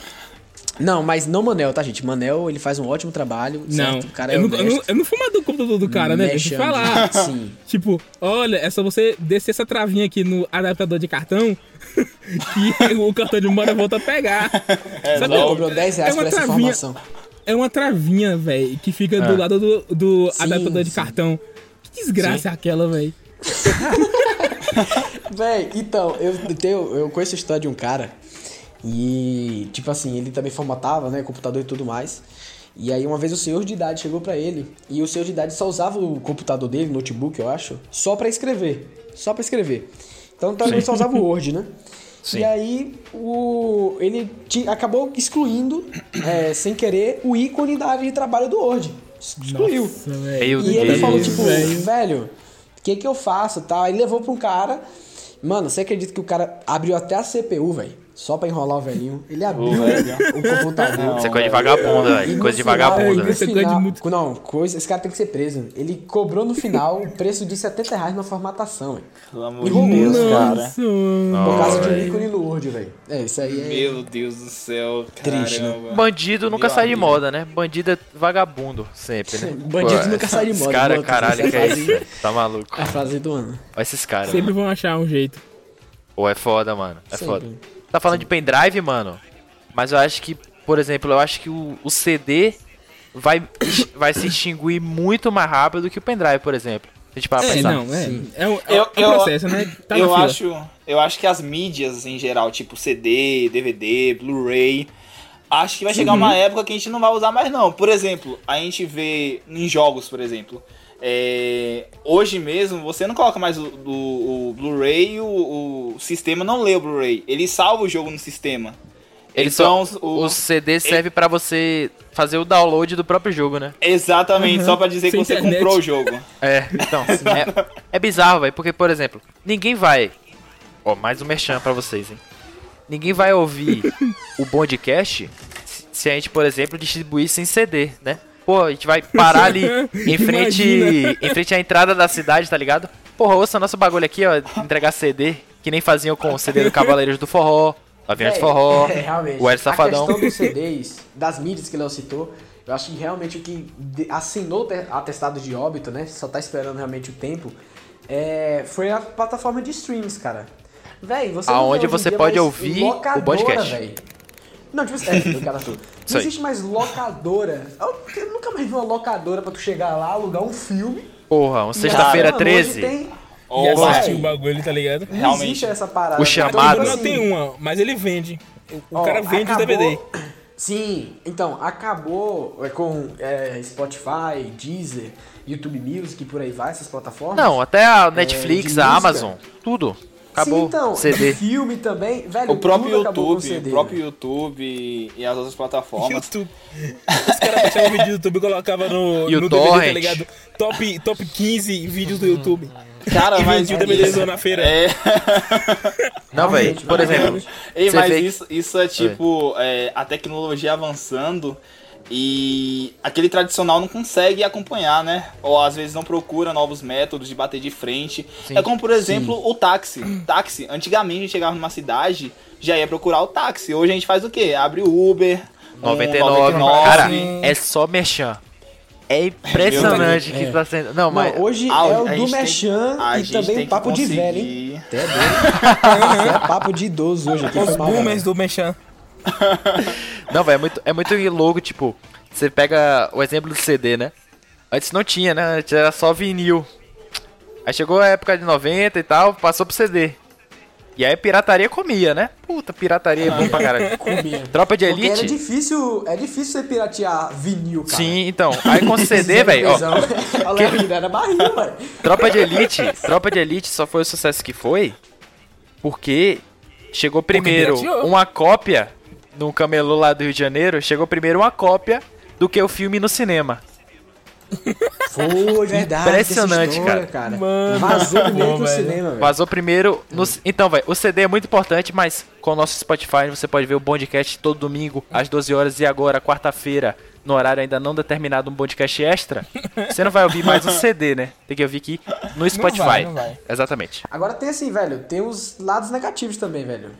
Não, mas não Manel, tá, gente? Manel, ele faz um ótimo trabalho. Não, certo? O cara é eu, não, eu, honesto. não, eu não fumo do computador do cara, né? Deixa eu Mexendo. falar. (laughs) Sim. Tipo, olha, é só você descer essa travinha aqui no adaptador de cartão (laughs) que o cartão de memória volta a pegar. Sabe, Ele cobrou 10 reais por essa informação. É uma travinha, velho, que fica É. do lado do, do Sim, adaptador de sim. cartão. Que desgraça é aquela, velho. Véi, então, eu, tenho, eu conheço a história de um cara e, tipo assim, ele também formatava, né, computador e tudo mais. E aí uma vez o senhor de idade chegou pra ele e o senhor de idade só usava o computador dele, notebook, eu acho, só pra escrever, só pra escrever. Então, então ele só usava o Word, né? Sim. E aí o ele ti- acabou excluindo, é, sem querer, o ícone da área de trabalho do Word. Excluiu. É Meu E ele Deus, falou, tipo, velho. velho, o que que eu faço, tá? Ele levou pra um cara... Mano, você acredita que o cara abriu até a CPU, velho? Só pra enrolar o velhinho. Ele abriu o computador. Isso é coisa de vagabundo, E velho. no Coisa de final- vagabundo, né? no velho. Isso é coisa de final- muito- Não, coisa, esse cara tem que ser preso. Ele cobrou no final o preço de 70 reais na formatação, velho. tá Pelo amor de Não, Deus, cara. Nossa, mano. Por causa de um velho. ícone no Word, velho. É, isso aí é... Meu Deus do céu, Triste, né? caramba. Bandido nunca Meu sai de amigo. moda, né? Bandido é vagabundo, sempre, né? Bandido Pô, nunca sai de Esses moda. caras, mano. caralho, que é isso, velho. Tá maluco. A frase do ano. Olha esses caras. Sempre mano. vão achar um jeito. Pô, é foda, mano. É Sempre. foda. Tá falando de pendrive, mano? Mas eu acho que, por exemplo, eu acho que o, o CD vai, (coughs) vai se extinguir muito mais rápido do que o pendrive, por exemplo. Se a gente parar pra É, pensar. não, é. É um, é Eu- um eu- processo, né? Tá na eu, fila. acho, eu acho que as mídias em geral, tipo CD, DVD, Blu-ray, acho que vai chegar Uhum. uma época que a gente não vai usar mais não. Por exemplo, a gente vê em jogos, por exemplo. é, hoje mesmo você não coloca mais o, o- o Blu-ray, o, o sistema não lê o Blu-ray, ele salva o jogo no sistema. Ele então, só, o- o CD serve pra você fazer o download do próprio jogo, né? Exatamente, Uhum. só pra dizer Sem que você internet. comprou (laughs) o jogo. É, então. é, é bizarro, velho, porque, por exemplo, ninguém vai. Ó, mais um merchan pra vocês, hein? Ninguém vai ouvir o Bondcast se- se a gente, por exemplo, distribuir sem CD, né? Pô, a gente vai parar ali em frente, Imagina. em frente à entrada da cidade, tá ligado? Porra, ouça nosso bagulho aqui, ó, entregar CD, que nem faziam com o CD do Cavaleiros do Forró, Aviões do Forró, É, realmente. o Hélio A Safadão. questão dos CDs, das mídias que o Léo citou, eu acho que realmente o que de- assinou o te- atestado de óbito, né? Só tá esperando realmente o tempo. é, foi a plataforma de streams, cara. Véi, você não Aonde vê hoje em você dia pode mais ouvir o locadora, podcast. véi. Não, tipo assim, é, (laughs) eu quero tudo. Isso Não aí. existe mais locadora. Eu, eu nunca mais vi uma locadora pra tu chegar lá, alugar um filme. Porra, um e sexta-feira assistir, mano, hoje 13. tem- Ou E vai. assistir o bagulho, tá ligado? Não Realmente. existe essa parada. O Então, tipo chamado. Não assim, tem uma, mas ele vende. O Ó, cara vende os acabou- DVD. Sim, então, acabou é, com é, Spotify, Deezer, YouTube Music e por aí vai, essas plataformas. Não, até a É, de Netflix, música. a Amazon, tudo. Acabou. Sim, então, (laughs) CD. filme também, velho, O próprio tudo acabou com YouTube, CD, o próprio velho. YouTube e as outras plataformas. YouTube. Os caras baixavam vídeo do YouTube e colocavam no, E o no DVD, tá torrent. ligado? Top, top 15 vídeos do YouTube. Cara, E mas vendia o DVDzão isso- na feira. É. (laughs) Não, velho. Realmente, Por velho. exemplo, Ei, Você mas vê que- isso, isso é tipo é, a tecnologia avançando e aquele tradicional não consegue acompanhar, né? Ou às vezes não procura novos métodos de bater de frente. Sim. É como, por exemplo, o táxi. Táxi, antigamente a gente chegava numa cidade, já ia procurar o táxi. Hoje a gente faz o quê? Abre o Uber. É, um 99. Cara, é só merchan. É impressionante Meu que Deus. tá sendo. Não, É. Não, mas. hoje Ah, é o a gente do tem- Merchan a e gente também tem que papo de conseguir. Uhum. velho, (laughs) hein? Até doido. Isso é papo de idoso hoje aqui, Os foi mal, boomers (laughs) velho. do Mechan. Não, velho, é muito, é muito louco, tipo. Você pega o exemplo do CD, né? Antes não tinha, né? Antes era só vinil. Aí chegou a época de 90 e tal, passou pro CD. E aí a pirataria comia, né? Puta, pirataria é bom pra (laughs) caralho. Comia. Tropa de Porque era elite? difícil, é difícil você piratear vinil, cara. Sim, então. Aí (laughs) com CD, velho, ó. Olha aí, era barril, velho. Tropa de Elite, Tropa de Elite só foi o sucesso que foi porque chegou primeiro pirateou. uma cópia no camelô lá do Rio de Janeiro, chegou primeiro uma cópia do que o filme no cinema. Foi, (laughs) verdade. Impressionante, essa história, cara. Mano, Vazou tá primeiro bom, pro velho. cinema, velho. Vazou primeiro no c- Então, velho, o CD é muito importante, mas com o nosso Spotify você pode ver o Bondcast todo domingo às 12 horas e agora quarta-feira, no horário ainda não determinado, um Bondcast extra. Você não vai ouvir mais o CD, né? Tem que ouvir aqui no Spotify. não vai. Exatamente. Agora tem assim, velho, tem os lados negativos também, velho.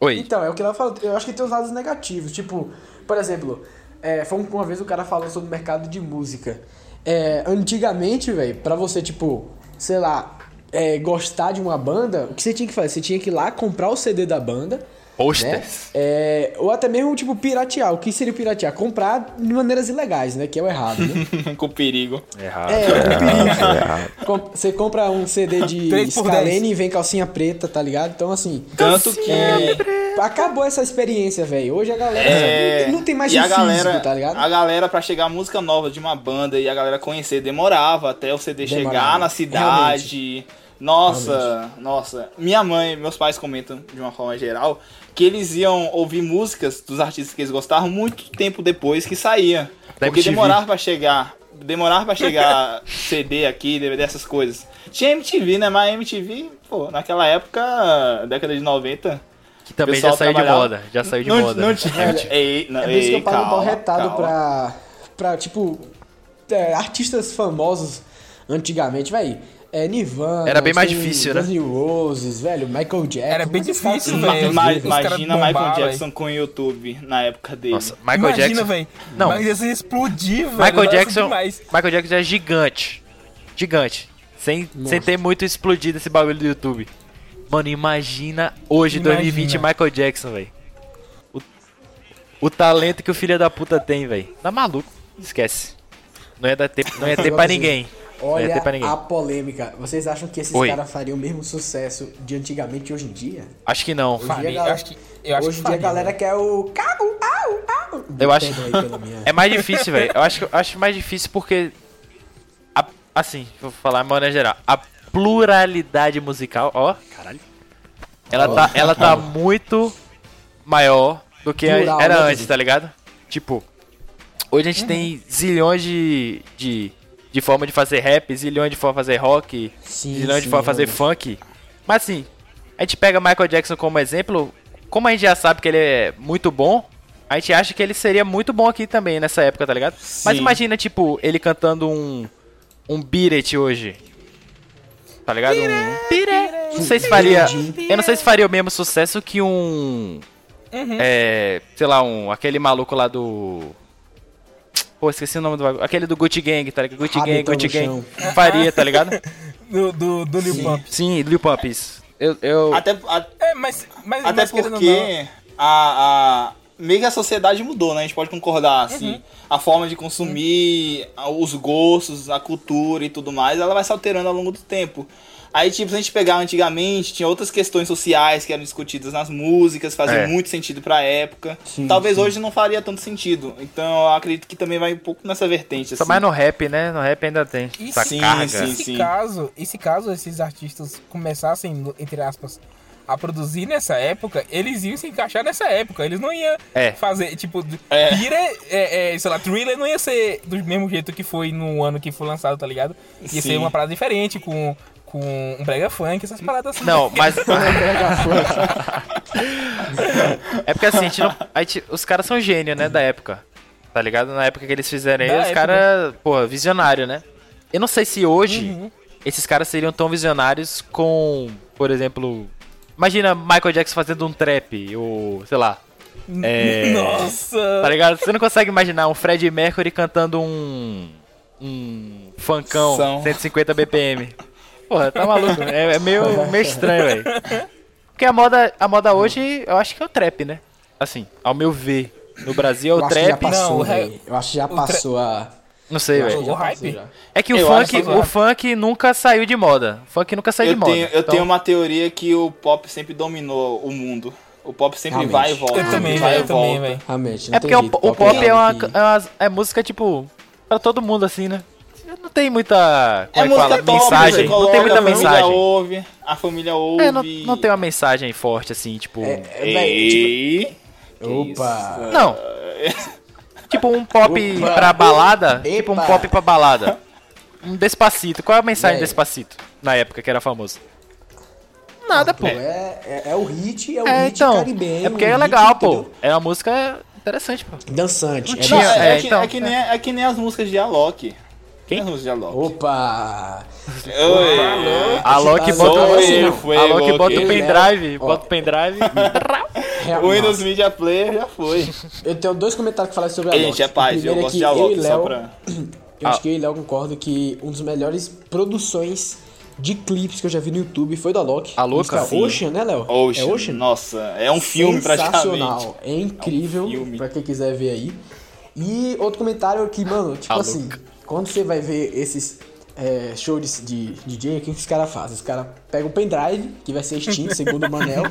Oi. Então, é o que ela falou. Eu acho que tem os lados negativos. Tipo, por exemplo, é, foi um- uma vez o cara falou sobre o mercado de música. É, antigamente, velho, pra você, tipo, sei lá, é, gostar de uma banda, o que você tinha que fazer? Você tinha que ir lá comprar o CD da banda. né? Posters. É, ou até mesmo, tipo, piratear. O que seria piratear? Comprar de maneiras ilegais, né? Que é o errado, né? (laughs) Com perigo. Errado. É, um perigo. Com- Você compra um CD de (laughs) Três por Scalene e vem calcinha preta, tá ligado? Então, assim... Tanto que. É, acabou essa experiência, velho. Hoje a galera É, não, não tem mais e um a galera, físico, tá ligado? A galera, pra chegar a música nova de uma banda e a galera conhecer, demorava até o CD Demorava, chegar na cidade. Nossa, nossa. Minha mãe, meus pais comentam de uma forma geral que eles iam ouvir músicas dos artistas que eles gostavam muito tempo depois que saía. Da porque MTV. demorava pra chegar. Demorava pra chegar (laughs) CD aqui, DVD, essas coisas. Tinha MTV, né? Mas MTV, pô, naquela época, década de 90, Que também pessoal já saiu de trabalhava. moda. Já saiu de não, moda. né? Não tinha. Ei, não, É por isso que ei, eu pago um pau calma, retado calma. pra, pra, tipo, é, artistas famosos antigamente, velho. É, Nirvana, Era bem mais tem difícil, né? Guns N' Roses, velho, Michael Jackson. Era bem mas esses difícil, caras- velho. Ma- Os ma- caras imagina bombaram, Michael velho. Jackson com o YouTube na época dele. Nossa, Michael Imagina, Jackson. velho. Não. Mas ia explodir, velho. Michael Nossa, Jackson. demais. Michael Jackson é gigante. Gigante. Sem, sem ter muito explodido esse bagulho do YouTube. Mano, imagina hoje, Imagina. 2020, Michael Jackson, velho. O, o talento que o filho da puta tem, velho. Tá maluco. Esquece. Não ia dar tempo, não ia ter pra ninguém. Não ia Olha ter pra ninguém. a polêmica. Vocês acham que esses Oi. caras fariam o mesmo sucesso de antigamente hoje em dia? Acho que não. Hoje em dia, Faria, gal- eu acho que- eu acho hoje em que dia a faria, né? galera quer o... Cago, au, au. Eu acho- (laughs) Perdão aí pela minha- É mais difícil, velho. Eu acho, eu acho mais difícil porque. a- assim, vou falar de maneira geral. A pluralidade musical, ó. Caralho. Ela tá, ela tá muito maior do que a- Plural, era né, antes, tá ligado? Tipo, hoje a gente tem zilhões de, de, de forma de fazer rap, zilhões de forma de fazer rock, Sim, zilhões de sim, forma de fazer realmente. funk. Mas assim, a gente pega Michael Jackson como exemplo, como a gente já sabe que ele é muito bom, a gente acha que ele seria muito bom aqui também nessa época, tá ligado? Mas Sim. imagina, tipo, ele cantando um. um Beat It hoje. Tá ligado? Um. Beat It. Não sei se faria. Eu não sei se faria o mesmo sucesso que um. É. Sei lá, um. Aquele maluco lá do. Pô, esqueci o nome do bagulho. Aquele do Gucci Gang, tá ligado? Gucci Rabetão Gang, no Gucci Gang. chão. Faria, tá (laughs) ligado? Do, do, do Lil Pump. Sim, Lil Pump, isso. Eu. eu... Até, a- É, mas... mas (laughs) até mas querendo ou não- porque a, a, meio que a sociedade mudou, né? A gente pode concordar, assim. Uhum. A forma de consumir, a- os gostos, a cultura e tudo mais, ela vai se alterando ao longo do tempo. Aí, tipo, se a gente pegar antigamente, tinha outras questões sociais que eram discutidas nas músicas, faziam É. muito sentido pra época. Talvez hoje não faria tanto sentido. Então, eu acredito que também vai um pouco nessa vertente, Só assim. mais no rap, né? No rap ainda tem. E Essa sim, carga. sim. Esse caso, e se caso esses artistas começassem, entre aspas, a produzir nessa época, eles iam se encaixar nessa época. Eles não iam É. fazer, tipo, É. Pira, é, é, sei lá, Thriller não ia ser do mesmo jeito que foi no ano que foi lançado, tá ligado? Ia Sim. ser uma parada diferente, com, com um brega funk, essas paradas assim. Não, (laughs) mas. é porque assim, a gente não- a gente- os caras são gênio, né, da época. Tá ligado? Na época que eles fizeram aí, Da os época. caras, pô, visionário, né? Eu não sei se hoje Uhum. Uhum. esses caras seriam tão visionários com, por exemplo. Imagina Michael Jackson fazendo um trap, ou sei lá. Uhum. É, Tá Nossa! ligado? Você não consegue imaginar um Fred Mercury cantando um. Um funkão São. 150 BPM. Porra, tá maluco. É, é meio, meio estranho, velho. Porque a moda, a moda hoje, eu acho que é o trap, né? Assim, ao meu ver. No Brasil é Eu o acho que já trap. Não, passou, o velho. rap- Eu acho que já tra- passou a... Não sei, Eu acho velho. que já O hype? passou já. É que o Eu funk, acho o funk nunca saiu de moda. O funk nunca saiu Eu, de moda. tenho, eu Então, tenho uma teoria que o pop sempre dominou o mundo. O pop sempre Realmente. vai e volta. Eu também, vai velho. Eu e volta. também, velho. Realmente, não É tem porque o, jeito, um o pop é uma, algo que- é uma- é música, tipo, pra todo mundo, assim, né? Não tem muita. É Como é, que música fala? pop, você mensagem. Não coloca, tem muita a família mensagem. Ouve, a família ouve. É, não, não tem uma mensagem forte, assim, tipo. tipo, É, é, véi, tipo- E... Opa! (laughs) Não. tipo um pop Opa. pra balada. Tipo um Epa. pop pra (laughs) balada. Um Despacito. Qual é a mensagem do Véi. Despacito? Na época que era famoso. Nada, pô. Pô, é, é, é o hit, é o É, hit então. caribenho. É porque o é hit, legal, pô. entendeu? É uma música interessante, pô. Dançante. Não é tinha- Não, dançante. é, é, que, então, é que nem, é que nem as músicas de Alok. Quem? As músicas de Alok. Opa! Tipo, Oi. A Loki Tá bota, zoando, assim, ele foi, a Loki ok. bota o pendrive, Ó. bota o (laughs) pendrive. Real- O Windows Media Player já foi. Eu tenho dois comentários que falar sobre a Loki. Gente, é paz, eu Primeiro é gosto que de eu e Alok, só Léo- pra. (clears throat) Eu acho que eu e Léo concordo que um dos melhores produções de clipes que eu já vi no YouTube foi da Loki. A Louca? Música Sim. Ocean, né, Léo? Ocean. É Ocean? Nossa, é um filme praticamente. Sensacional. É incrível, É um filme. pra quem quiser ver aí. E outro comentário que, mano, tipo Tá assim, louca. quando você vai ver esses é, shows de, de DJ, o que, que os caras fazem? Os caras pegam o pendrive, que vai ser extinto, segundo o Manel,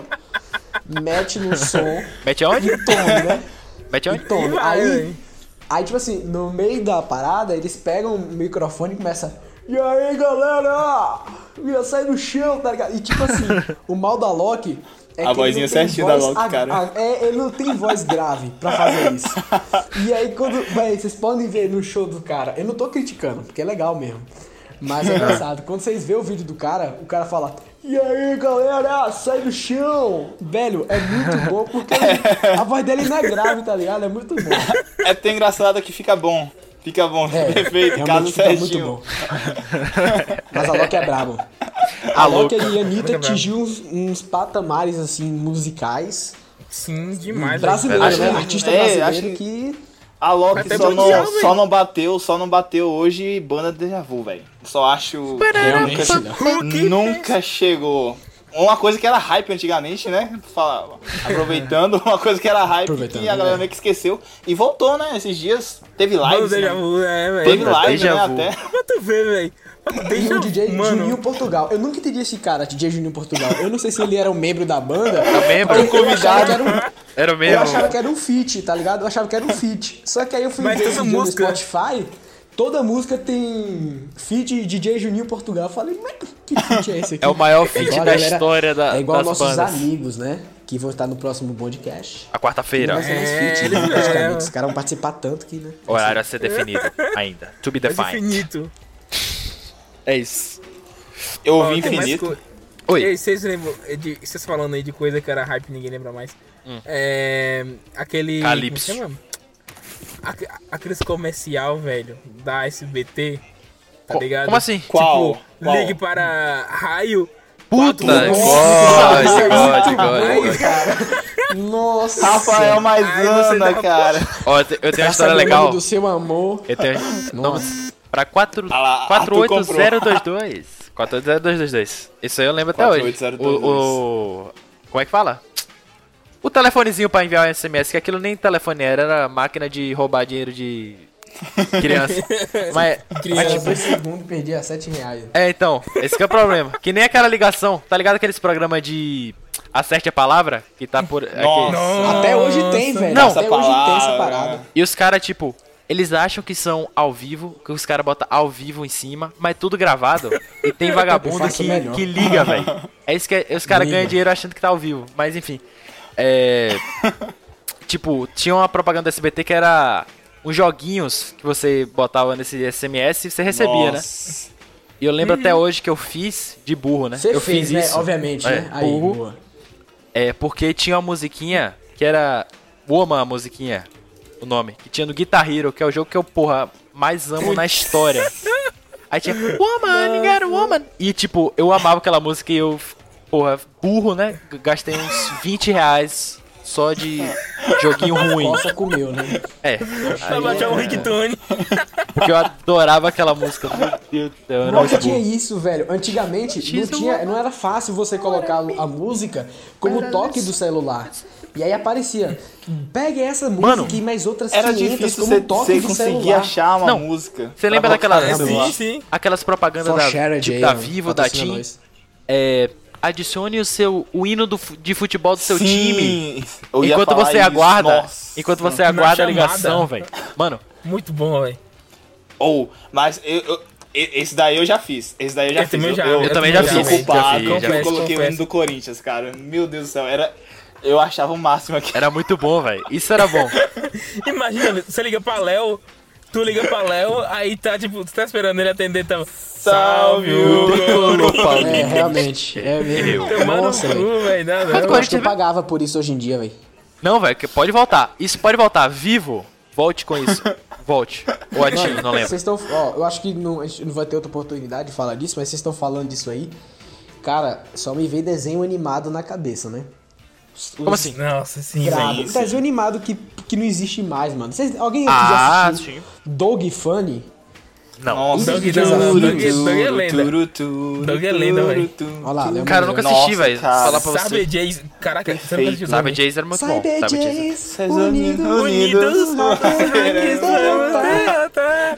mete no som Mete aonde? e toma, né? Mete E aonde? toma. vai, Aí, velho. aí, tipo assim, no meio da parada, eles pegam o microfone e começam. E aí, galera? Ia sair do chão, tá ligado? E tipo (laughs) assim, o mal da Loki. É A que ele vozinha não tem certinha voz da Loki, a- cara. a- é, ele não tem voz grave pra fazer isso. (laughs) E aí, quando. Véi, vocês podem ver no show do cara. Eu não tô criticando, porque é legal mesmo. Mas (laughs) é engraçado, quando vocês vê o vídeo do cara, o cara fala: E aí galera, sai do chão! Velho, é muito bom porque (laughs) a voz dele não é grave, tá ligado? É muito bom. É tão engraçado que fica bom. Fica bom, É, (laughs) perfeito, realmente caso fica certinho. muito bom. Mas a Loki (laughs) é brabo. A, Tá Loki e a Anitta atingiu uns, uns patamares assim, musicais. Sim, demais. velho. brasileiro, acho né? que- Artista é, brasileiro acho que. A Loki Até só não, mundial, só não bateu, só não bateu hoje banda Deja Vu, velho. Só acho. Realmente, nunca, não. nunca chegou. Uma coisa que era hype antigamente, né? Fala- Aproveitando, (laughs) uma coisa que era hype Aproveitando, que a galera né? meio que esqueceu. E voltou, né? Esses dias teve live. Mano, Deja Vu, é, velho. Teve live, Deja né? Vu. Até. Pra tu ver, velho. Pra tu- E um Deja o DJ mano. um Juninho Portugal. Eu nunca entendi esse cara, DJ Juninho Portugal. Eu não sei se ele era um membro da banda. membro. Eu achava que era um- Era o Eu mesmo. achava que era um feat, tá ligado? Eu achava que era um feat. Só que aí eu fui Mas ver toda esse dia no música- Spotify, toda música tem feat de DJ Juninho Portugal. Eu falei, mas que feat é esse aqui? É o maior feat Igual a da história da- É igual das nossos bandas. amigos, né? Que vão estar no próximo podcast. A quarta-feira. Vai ser mais É, feat, eles- né? é. Praticamente. Os caras vão participar tanto que, né? Horário a ser definido ainda. To be É defined. infinito. É isso. Eu Ó, ouvi tem mais infinito. co- Oi. Ei, Vocês lembram é de. Vocês falando aí de coisa que era hype e ninguém lembra mais. É. Aquele. Hum. Calypso. como chama? Aque- Aqueles comercial, velho, da SBT. Tá Co- ligado? como assim? Qual? Tipo, Qual? ligue para raio. Puta, quatro- God, God, Aí, God. Nossa! Rafael Ai, você tá- Maisana, dá- cara. Ó, eu te- eu tenho uma Pra saber história o legal. nome do seu amor. tipo, Eu tenho. Nossa. Pra 4 Ah lá, Arthur comprou. 48022. 480222. Isso aí eu lembro até hoje. 48022. O, o. Como é que fala? O telefonezinho pra enviar um SMS, que aquilo nem telefone era, era máquina de roubar dinheiro de criança. mas, mas, Mas tipo, por segundo perdia 7 reais. é, então, esse que é o problema. Que nem aquela ligação, tá ligado aqueles programas de acerte a palavra? Que tá por. aqui. Nossa. Até hoje tem, velho. Não. Até hoje tem essa parada. E os caras, tipo, eles acham que são ao vivo, que os caras botam ao vivo em cima, mas tudo gravado. E tem Eu vagabundo faço que, melhor. que liga, velho. É isso que é- os caras Liga. ganham dinheiro achando que tá ao vivo. Mas enfim. É. tipo, tinha uma propaganda do SBT que era uns joguinhos que você botava nesse SMS e você recebia, né? Nossa. E eu lembro até hoje que eu fiz de burro, né? Uhum. Você eu fez, fiz né? isso. Obviamente, É, né? Aí, burro. boa. É, porque tinha uma musiquinha que era. Woman, a musiquinha. O nome. Que tinha no Guitar Hero, que é o jogo que eu, porra, mais amo na história. Aí tinha. Woman, you got a woman. E, tipo, eu amava aquela música e eu, porra, burro, né? Gastei uns 20 reais só de joguinho ruim. Nossa, comeu, né? É. um, Pra baixar um ringtone. Porque eu adorava aquela música. Meu Deus do céu, eu era Nunca muito tinha burro. isso, velho. Antigamente não, tinha, não era fácil você colocar a música como toque do celular. E aí aparecia, pegue essa música Mano, e mais outras Era 500 difícil como você toque do conseguir celular. achar uma Não, música. Você lembra pra botar daquela- no celular? Sim, sim. Aquelas propagandas Só é da, Sharon tipo, Jay, da ó, Vivo, da tá patrocina Tim. nós. É, adicione o seu o hino do fu- de futebol do seu Sim. time. Eu ia Enquanto falar você isso, aguarda. nossa. Enquanto você Na aguarda a chamada. ligação, velho. Mano, Muito bom, velho. Ou, mas eu- eu- e- esse daí eu já fiz. Esse daí eu já Esse fiz. meu Eu, já- eu, eu também já sou fiz, já culpado fiz, que já eu fiz. coloquei o hino Confesso. do Corinthians, cara. Meu Deus do céu, era. Eu achava o máximo aqui. era muito bom, velho. Isso era bom. Imagina, você liga pra Léo, tu liga pra Léo, aí tá tipo, tu tá esperando ele atender, tá. (laughs) Salve, Tricolor, Paulo. É, realmente. É mesmo. Tomando Nossa, velho. cu, velho. Não, não. Quanto Eu acho que eu Corinthians- pagava por isso hoje em dia, velho. Não, velho, que- pode voltar. Isso pode voltar. Vivo, volte com isso. Volte. Ou ative, não lembro. Vocês estão. Ó, eu acho que não, a gente não vai ter outra oportunidade de falar disso, mas vocês estão falando disso aí. Cara, só me veio desenho animado na cabeça, né? Como assim? Nossa, sim, velho. Irado. Desenho animado que, que não existe mais, mano. Vocês, alguém aqui já Ah, assistiu sim. Dog Funny? Não. Nossa, Doug, que não, turu, Doug- turu, Doug é lenda. turu, turu, Doug é lenda, turu, velho. turu. Olha lá, lembra? Cara, eu nunca Nossa, assisti, velho. cara. Falar pra Sabe, você. Jays. Caraca, você Perfeito. nunca assistiu Sabe, Sabe, Jays era é muito bom. Cyber Sabe, Jays. Jays, Vocês unidos. (laughs) unidos. Unidos, vamos tentar.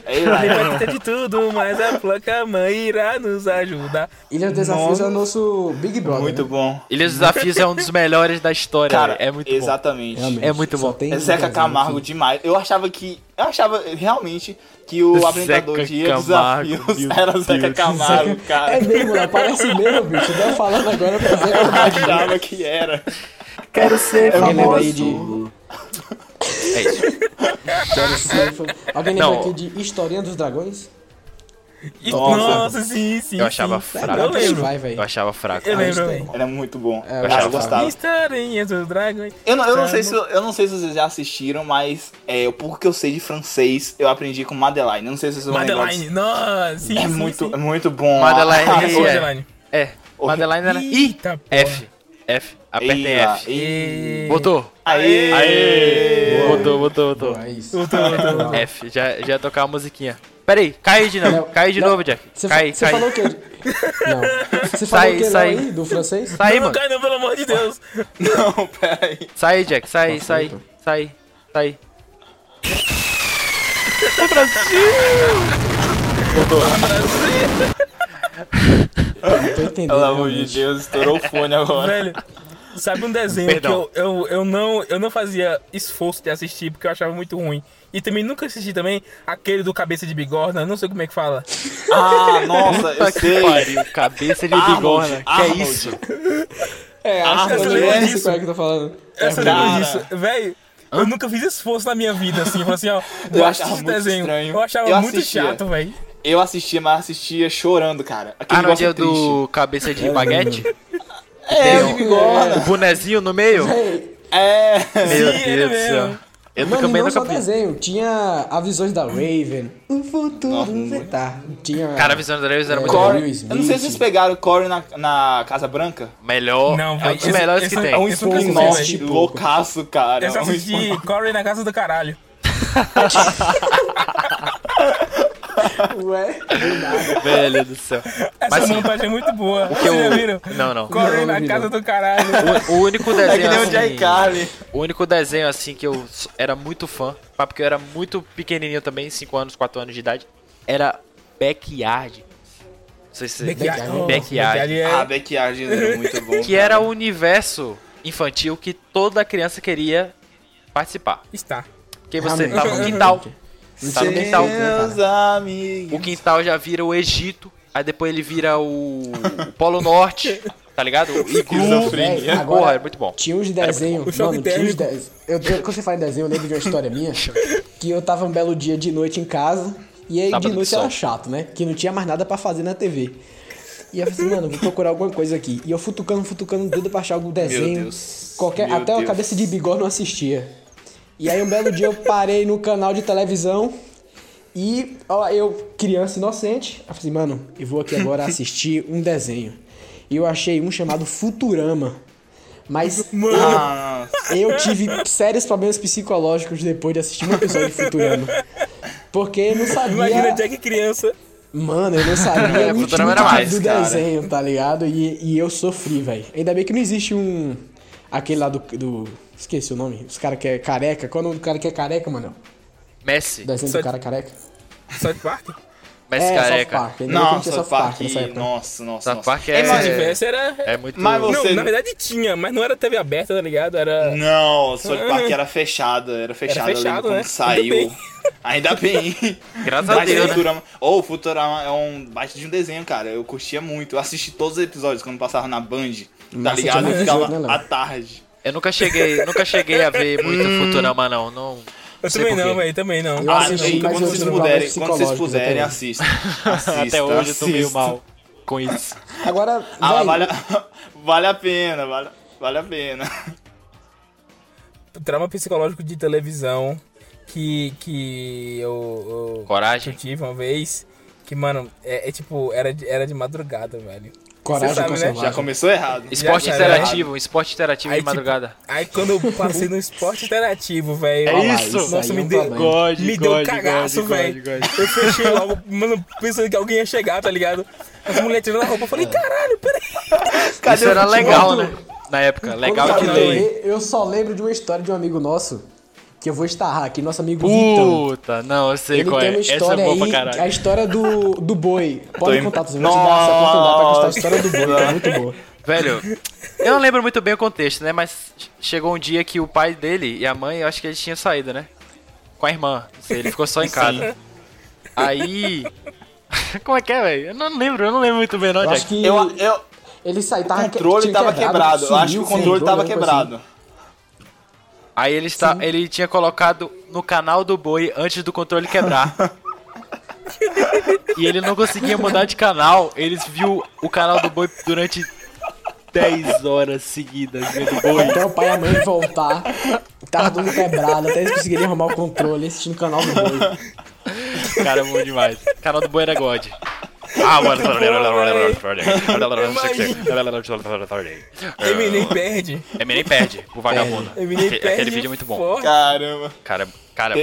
Ei, lá. Ele vai tá, ter de tudo, mas a placa mãe irá nos ajudar. Ilha dos Desafios é o nosso Big Brother. é Muito né? bom. Ilha dos Desafios é um dos melhores da história, Cara, velho. É muito bom. exatamente. Realmente, É muito só bom. tem É Zeca desenho Camargo aqui. demais. Eu achava que. Eu achava realmente que o Zeca apresentador de Ilha dos Camargo, Desafios meu (laughs) era Zeca Deus. Camargo, cara. É mesmo, né? Parece mesmo, bicho. Tô falando agora pra Zeca (laughs) Eu Camargo. achava que era. Quero ser Alguém lembra aí de. É isso. Quero ser fam- Alguém lembra Não. aqui de Historinha dos Dragões? E- Nossa. Nossa, sim, sim. Eu achava sim. fraco. Eu lembro. Vai, velho. Eu achava fraco. Eu Ah, lembro, isso velho. Era muito bom. É, eu eu, achava. gostava. Historinhas dos dragões. Eu não, eu não sei se, eu não sei se vocês já assistiram, mas é, porque eu sei de francês, eu aprendi com Madeline. Eu não sei se vocês vão lembrar Madeline, nossa, sim, disso. É sim, muito, sim. é muito bom. Madeline Ah, é- Sim, Madeline. É. Madeline era. Ih! Eita, porra. F. F. Apertem Ia, F. ia. Botou. Aê! Aê! Botou, botou, botou. É isso. F. Já, já ia tocar a musiquinha. Pera aí. Cai de novo. Não, Cai de É, não. novo, Jack. Você fa- Cai, você cai. falou o quê? Não. Sai, Você falou o quê lá sai. aí do francês? Sai, não, mano. cai não, pelo amor de Deus. Não, peraí. Sai, Jack. Sai, sai. Sai. Sai. Não tô entendendo. Pelo amor de realmente. Deus, estourou o fone agora. Velho, sabe um desenho Perdão. que eu, eu, eu, não, eu não fazia esforço de assistir porque eu achava muito ruim. E também nunca assisti também aquele do Cabeça de Bigorna, não sei como é que fala. Ah, nossa, eu Puta sei. que pariu. Cabeça de Arnold, bigorna. Que é Arnold. isso? É, acho Ah, que eu eu lembro lembro desse disso. qual é que eu tô falando. Eu só Cara. lembro disso. Velho, eu nunca fiz esforço na minha vida, assim. Eu falei assim, ó, Eu eu achava achava esse muito desenho. estranho. Eu achava Eu muito assistia. chato, velho. Eu assistia, mas assistia chorando, cara. Aquele Arnold negócio é o triste. do cabeça de baguete? É, o de O bigorna. bonezinho no meio? Ei, É. Meu Sim, ele Deus do céu. mesmo. Eu mano, nunca e bem não só nunca vi. desenho. Tinha avisões da Raven. Um O Nossa, futuro muito. vetar. Tinha... Cara, a visão da Davis era É. muito Cor- boa. Corey. Will Smith. Eu não sei se vocês pegaram o Corey na, na Casa Branca. Melhor. Não, é um velho, dos esse- melhores esse que é tem. um Um Isso eu nunca spin assisti, off velho. loucaço, cara. Eu só É um assisti spin- Corey na Casa do Caralho. (laughs) Ué? Velho do céu. Essa Mas sim, montagem é muito boa. que Vocês já viram? eu... Não, não. Corey Não, na não vi, Casa do Caralho. O, o único É desenho que nem o Jay assim, Carly. o único desenho assim que eu s- era muito fã, pá, porque eu era muito pequenininho também, 5 anos, 4 anos de idade, era Backyard. Não sei se Backyard. Oh, Backyard. Backyard é- Ah, Backyard era muito bom. que era o universo infantil que toda criança queria participar. Está. Porque você Realmente. Uhum. tava no quintal, tá no quintal. Meus amigos. O quintal já vira o Egito, aí depois ele vira o, o Polo Norte, tá ligado? E Véi, Glu, agora- porra, é muito bom. Tinha uns desenhos. O choque Mano, tinha uns térmico. desenhos. Eu, eu- quando você fala em desenho, eu lembro de uma (laughs) história minha. Que eu tava um belo dia de noite em casa. E aí Sábado de de noite era sol. chato, né? Que não tinha mais nada pra fazer na TV. E eu falei assim, mano, vou procurar alguma coisa aqui. E eu futucando, futucando o dedo pra achar algum desenho. Deus. Qualquer, Meu até a Deus. cabeça de bigorna eu assistia. E aí um belo dia eu parei no canal de televisão. E ó, eu, criança inocente, eu falei assim, mano, eu vou aqui (laughs) agora assistir um desenho. E eu achei um chamado Futurama. Mas Nossa. eu tive sérios problemas psicológicos depois de assistir um episódio de Futurama. Porque não Imagina sabia. Jack criança. Mano, eu não sabia É, o puta, título não era mais, do cara. desenho, tá ligado? E, e eu sofri, velho. Ainda bem que não existe um. Aquele lá do. do- esqueci o nome. Os caras que é careca. Qual é o nome do cara que é careca, mano? Messi. O desenho Só- do cara careca? South Park? Messi careca. É, South Park. Ainda bem que não Nossa, tinha South South Park Park, nessa época. né? nossa, nossa, South nossa. Park é- Se mas- tivesse, era... É muito. Mas você- Não, na verdade tinha, mas não era TV aberta, tá ligado? Era... Não, South Park era fechado, era fechado, Era fechado, eu lembro né? quando Ainda saiu. bem. Ainda bem. Graças a Mas Deus, né? Futurama. Ou o Futurama é um baita de um desenho, cara. Eu curtia muito. Eu assisti todos os episódios quando passava na Band, tá Massa ligado? demais, Eu ficava né, Léo? à tarde. Eu nunca cheguei, nunca cheguei a ver muito Futurama, não. Não. Eu sei também por quê. não, velho, também não. Eu Ah, assisti, e mas quando eu vocês tenho puderem, problemas quando vocês psicológicos puderem, até (laughs) assistam. Assistam, Até hoje eu tô meio assistam. mal com isso. Agora, Ah, véi, vale, a- (laughs) vale a pena, vale, vale a pena. Trauma psicológico de televisão que, que eu, eu- que eu Coragem. tive uma vez. Que, mano, é, é tipo, era de, era de madrugada, velho. coragem sabe, né? Já conservada. começou errado. Esporte Já, já, interativo, esporte interativo Aí, de tipo, madrugada. Aí quando eu passei no esporte interativo, velho. É ó lá, isso? aí Nossa, é me um deu, problema. God, me God, deu um cagaço, God, God, velho. God. Eu fechei logo, mano, pensando que alguém ia chegar, tá ligado? As mulheres tirando a roupa, eu falei, caralho, peraí. Cadê Isso o era futebol? legal, né? Na época, legal Quando de eu lei. lembro, Eu só lembro de uma história de um amigo nosso, que eu vou estarrar aqui, nosso amigo Vitão. Puta, não, eu sei Ele qual tem é. uma Essa é história boa pra aí, a caralho. história do, do boi. Pode em- contar, você vai te dar essa oportunidade pra contar a história do boi, que é muito boa. Velho, eu não lembro muito bem o contexto, né? Mas chegou um dia que o pai dele e a mãe, eu acho que eles tinham saído, né? Com a irmã. Não sei, ele ficou só em casa. Aí. (laughs) Como é que é, velho? Eu não lembro, eu não lembro muito bem, não, Eu Jack. acho que Eu, eu, ele sai, o tava que- controle tinha tava quebrado. Eu acho que sumiu o sem controle tava alguma coisa assim. quebrado. Aí ele, está, ele tinha colocado no canal do boi antes do controle (laughs) quebrar. e ele não conseguia mudar de canal. Ele viu o canal do boi durante 10 horas seguidas vendo o assim. boi. Até o pai e a mãe voltar, tava tudo quebrado, até eles conseguirem arrumar o controle assistindo o canal do boi. Cara, bom demais. O canal do boi era God. Ah, mano. Ele nem perde. Eminem perde o vagabundo. Eminem É. Aquele, perde. aquele vídeo é muito bom. forte. Caramba. Cara, cara,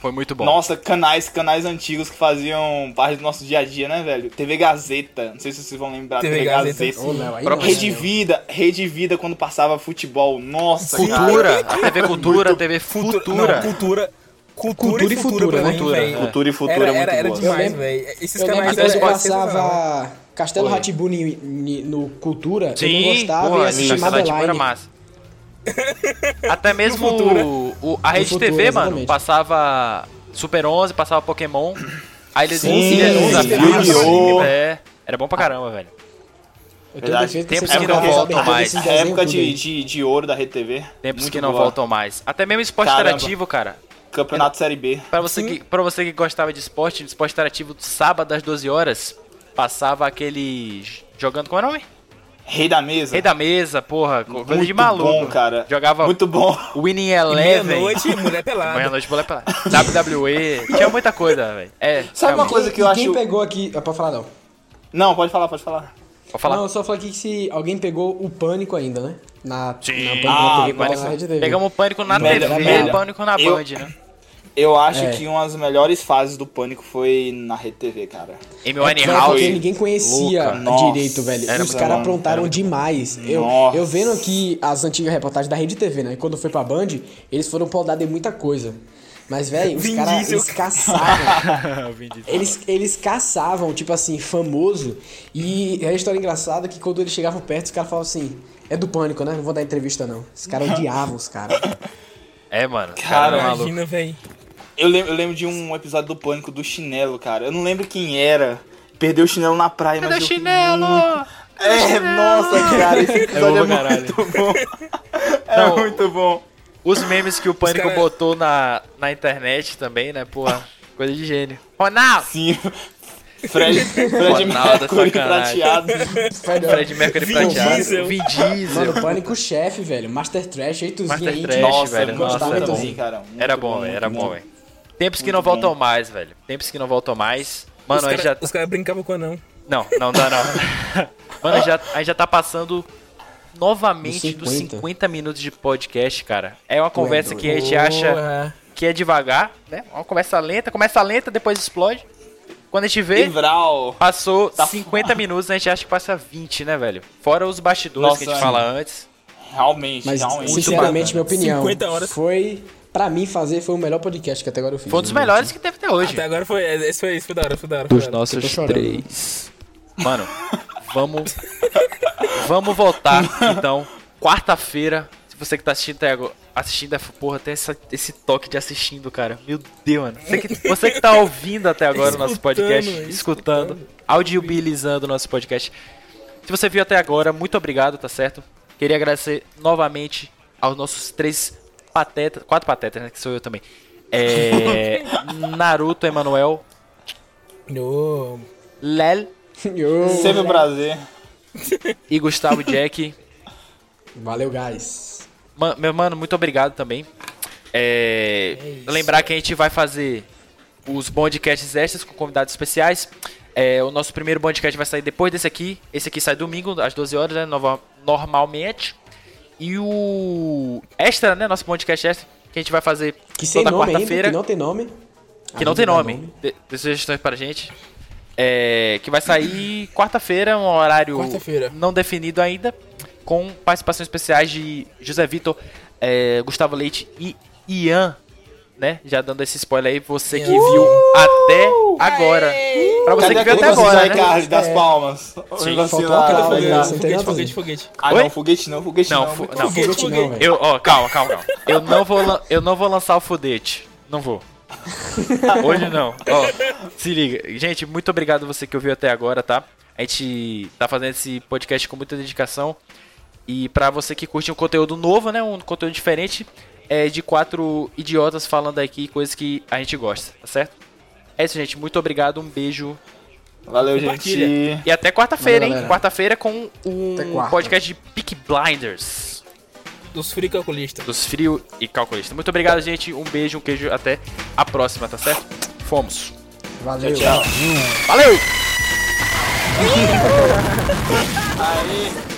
foi muito bom. Nossa, canais, canais antigos que faziam parte do nosso dia a dia, né, velho? TV Gazeta, não sei se vocês vão lembrar. TV TV, Gazeta. Gazeta. Ô, Léo, aí Próprio não, Rede né, Léo? Vida, Rede Vida quando passava futebol. Nossa, Ah, cara. Cultura, a TV Cultura, a TV Futura. Não, cultura. Cultura, Cultura e e né? futura, pra mim, Cultura, velho. é. Cultura e Futura era, é muito era, era boa. demais, Eu lembro- velho. é Esses Eu lembro canais que quando eu eram sensacional. passava Castelo Ratibuni no Cultura, eu não Sim, gostava pô, e essa assistia Latibor era é Madeline. massa. Até mesmo Futura. o, o- a Rede Futura, TV, mano, exatamente. passava Super 11, passava Pokémon. Aí eles Sim, eles sim, desafios. Yu-Gi-Oh! É, era bom pra caramba, velho. Eu tenho Verdade. defeito Tempos você que não não vai saber voltam nada mais. desse A desenho época tudo de, aí. de, de ouro da RTV. Tempos muito que não boa. voltam mais. Até mesmo esporte Caramba. interativo, cara. Campeonato Série B. Pra você, que, pra você que gostava de esporte, de esporte interativo, sábado às 12 horas, passava aquele... j- Jogando, como é o nome? Rei da Mesa. Rei da Mesa, porra. co- Coisa É. Muito de maluco. bom, cara. Jogava Muito bom. (laughs) Winning E Eleven. Meia-noite, mulher pelada. Meia-noite bola é pra WWE. Tinha muita coisa, velho. É. Sabe uma realmente. coisa que eu E acho. Quem pegou aqui. É pra falar não. Não, pode falar, pode falar. Vou falar. Não, eu só falei aqui que se alguém pegou o pânico ainda, né? Na, na pânico, Ah, na TV, pânico. na Rede TV. Pegamos o pânico na Melhor, TV, melhor. pânico na Eu- Band, né? Eu acho É. que uma das melhores fases do pânico foi na Rede TV, cara. Amy Não, é porque Winehouse. ninguém conhecia Louca. Nossa, direito, velho. era Os muito caras bom, aprontaram era demais. Eu, Nossa. eu vendo aqui as antigas reportagens da Rede TV, né? E Quando foi pra Band, eles foram poldados em muita coisa. Mas, velho, os Vin caras Diesel. eles caçavam. eles, eles caçavam, tipo assim, famoso. E é a história engraçada que quando eles chegavam perto, os caras falavam assim: é do pânico, né? Não vou dar entrevista, não. Os caras odiavam os caras. É, mano. Cara, Cara, maluco. Imagina, velho. Eu lembro, eu lembro de um episódio do Pânico do chinelo, cara. Eu não lembro quem era. Perdeu o chinelo na praia, mas. eu- É, nossa, cara, esse episódio (laughs) bom é, pra muito (laughs) bom. É Não. muito bom. Os memes que o pânico cara- botou na, na internet também, né? Porra, coisa de gênio. Ronaldo! Sim. Fred, Fred Ronaldo, Mercury sacanagem. prateado. Fred Mercury Vin prateado. Diesel. Vin Diesel. Mano, Pânico Chefe, velho. Master Trash, Eituzinho. Master aí, Trash, nossa, velho, eu nossa, gostava era muito, bom. assim. cara. Muito Era bom, velho. Era muito bom, velho. Tempos que não bom. voltam mais, velho. Tempos que não voltam mais. Mano, os aí já. caras brincavam com anão. Não, não dá não. Mano, já, a gente já tá passando novamente Dos dos 50. 50 minutos de podcast, cara. É uma conversa doido. que a gente acha Porra. que é devagar, né? É Uma conversa lenta, começa lenta, depois explode. Quando a gente vê, Livral. passou Tá 50 minutos, a gente acha que passa 20, né, velho? Fora os bastidores Nossa, que a gente é. fala antes. Realmente, Mas, é realmente. sinceramente, minha opinião. 50 horas. Foi, pra mim, fazer foi o melhor podcast que até agora eu fiz. Foi um dos melhores que teve até hoje. Até agora foi. Esse foi, esse foi da hora, foi da hora. Dos foi da hora. eu tô nossos chorando. três. Mano, vamos. vamos voltar, então. Quarta-feira. Se você que tá assistindo até agora. Assistindo, é- porra, tem essa- esse toque de assistindo, cara. Meu Deus, mano. Você que, você que tá ouvindo até agora o nosso Escutando, podcast, escutando. escutando, audibilizando o nosso podcast. Se você viu até agora, muito obrigado, tá certo? Queria agradecer novamente aos nossos três patetas, quatro patetas, né? Que sou eu também. (laughs) É, Naruto, Emanuel, No. Lel Yo, Sempre um prazer. e (laughs) Gustavo Jack. valeu, guys. Ma- meu mano, muito obrigado também. É, É isso. lembrar que a gente vai fazer os podcasts extras com convidados especiais. É, o nosso primeiro podcast vai sair depois desse aqui. Esse aqui sai domingo, às 12 horas, né? nova- normalmente. E o extra, né? Nosso podcast extra, que a gente vai fazer Que sem toda nome ainda, quarta-feira. que não tem nome. Ah, que não tem Ainda dá nome. Dê, dê sugestões pra gente. É, que vai sair quarta-feira, um horário Quarta-feira. não definido ainda, com participações especiais de José Vitor, é, Gustavo Leite e Ian, né? Já dando esse spoiler aí, você que viu até agora. Pra você que Cadê viu até aquele vacilo agora, aí, né? Carlos, das palmas? Sim. Vacilado, Faltou a calma, velho. Carlos. Foguete, Não tem foguete, foguete. Ah, Oi? não, foguete não, foguete Não, não. fu- muito não. foguete. Foguete não, velho. É. Eu, ó, calma, calma, calma. Eu não vou, lan- eu não vou lançar o fudete. Não vou. Hoje não. Ó, se liga. Gente, muito obrigado você que ouviu até agora, tá? A gente tá fazendo esse podcast com muita dedicação. E pra você que curte um conteúdo novo, né? Um conteúdo diferente, é de quatro idiotas falando aqui coisas que a gente gosta, tá certo? É isso, gente. Muito obrigado, um beijo. Valeu, Compartilha. gente. E até quarta-feira, Valeu, hein? galera. Quarta-feira com um Até quarta. podcast de Peak Blinders Dos free calculistas. dos frio e calculista. Muito obrigado, gente. Um beijo, um queijo. Até a próxima, tá certo? Fomos. Valeu. Tchau. Valeu! Aí.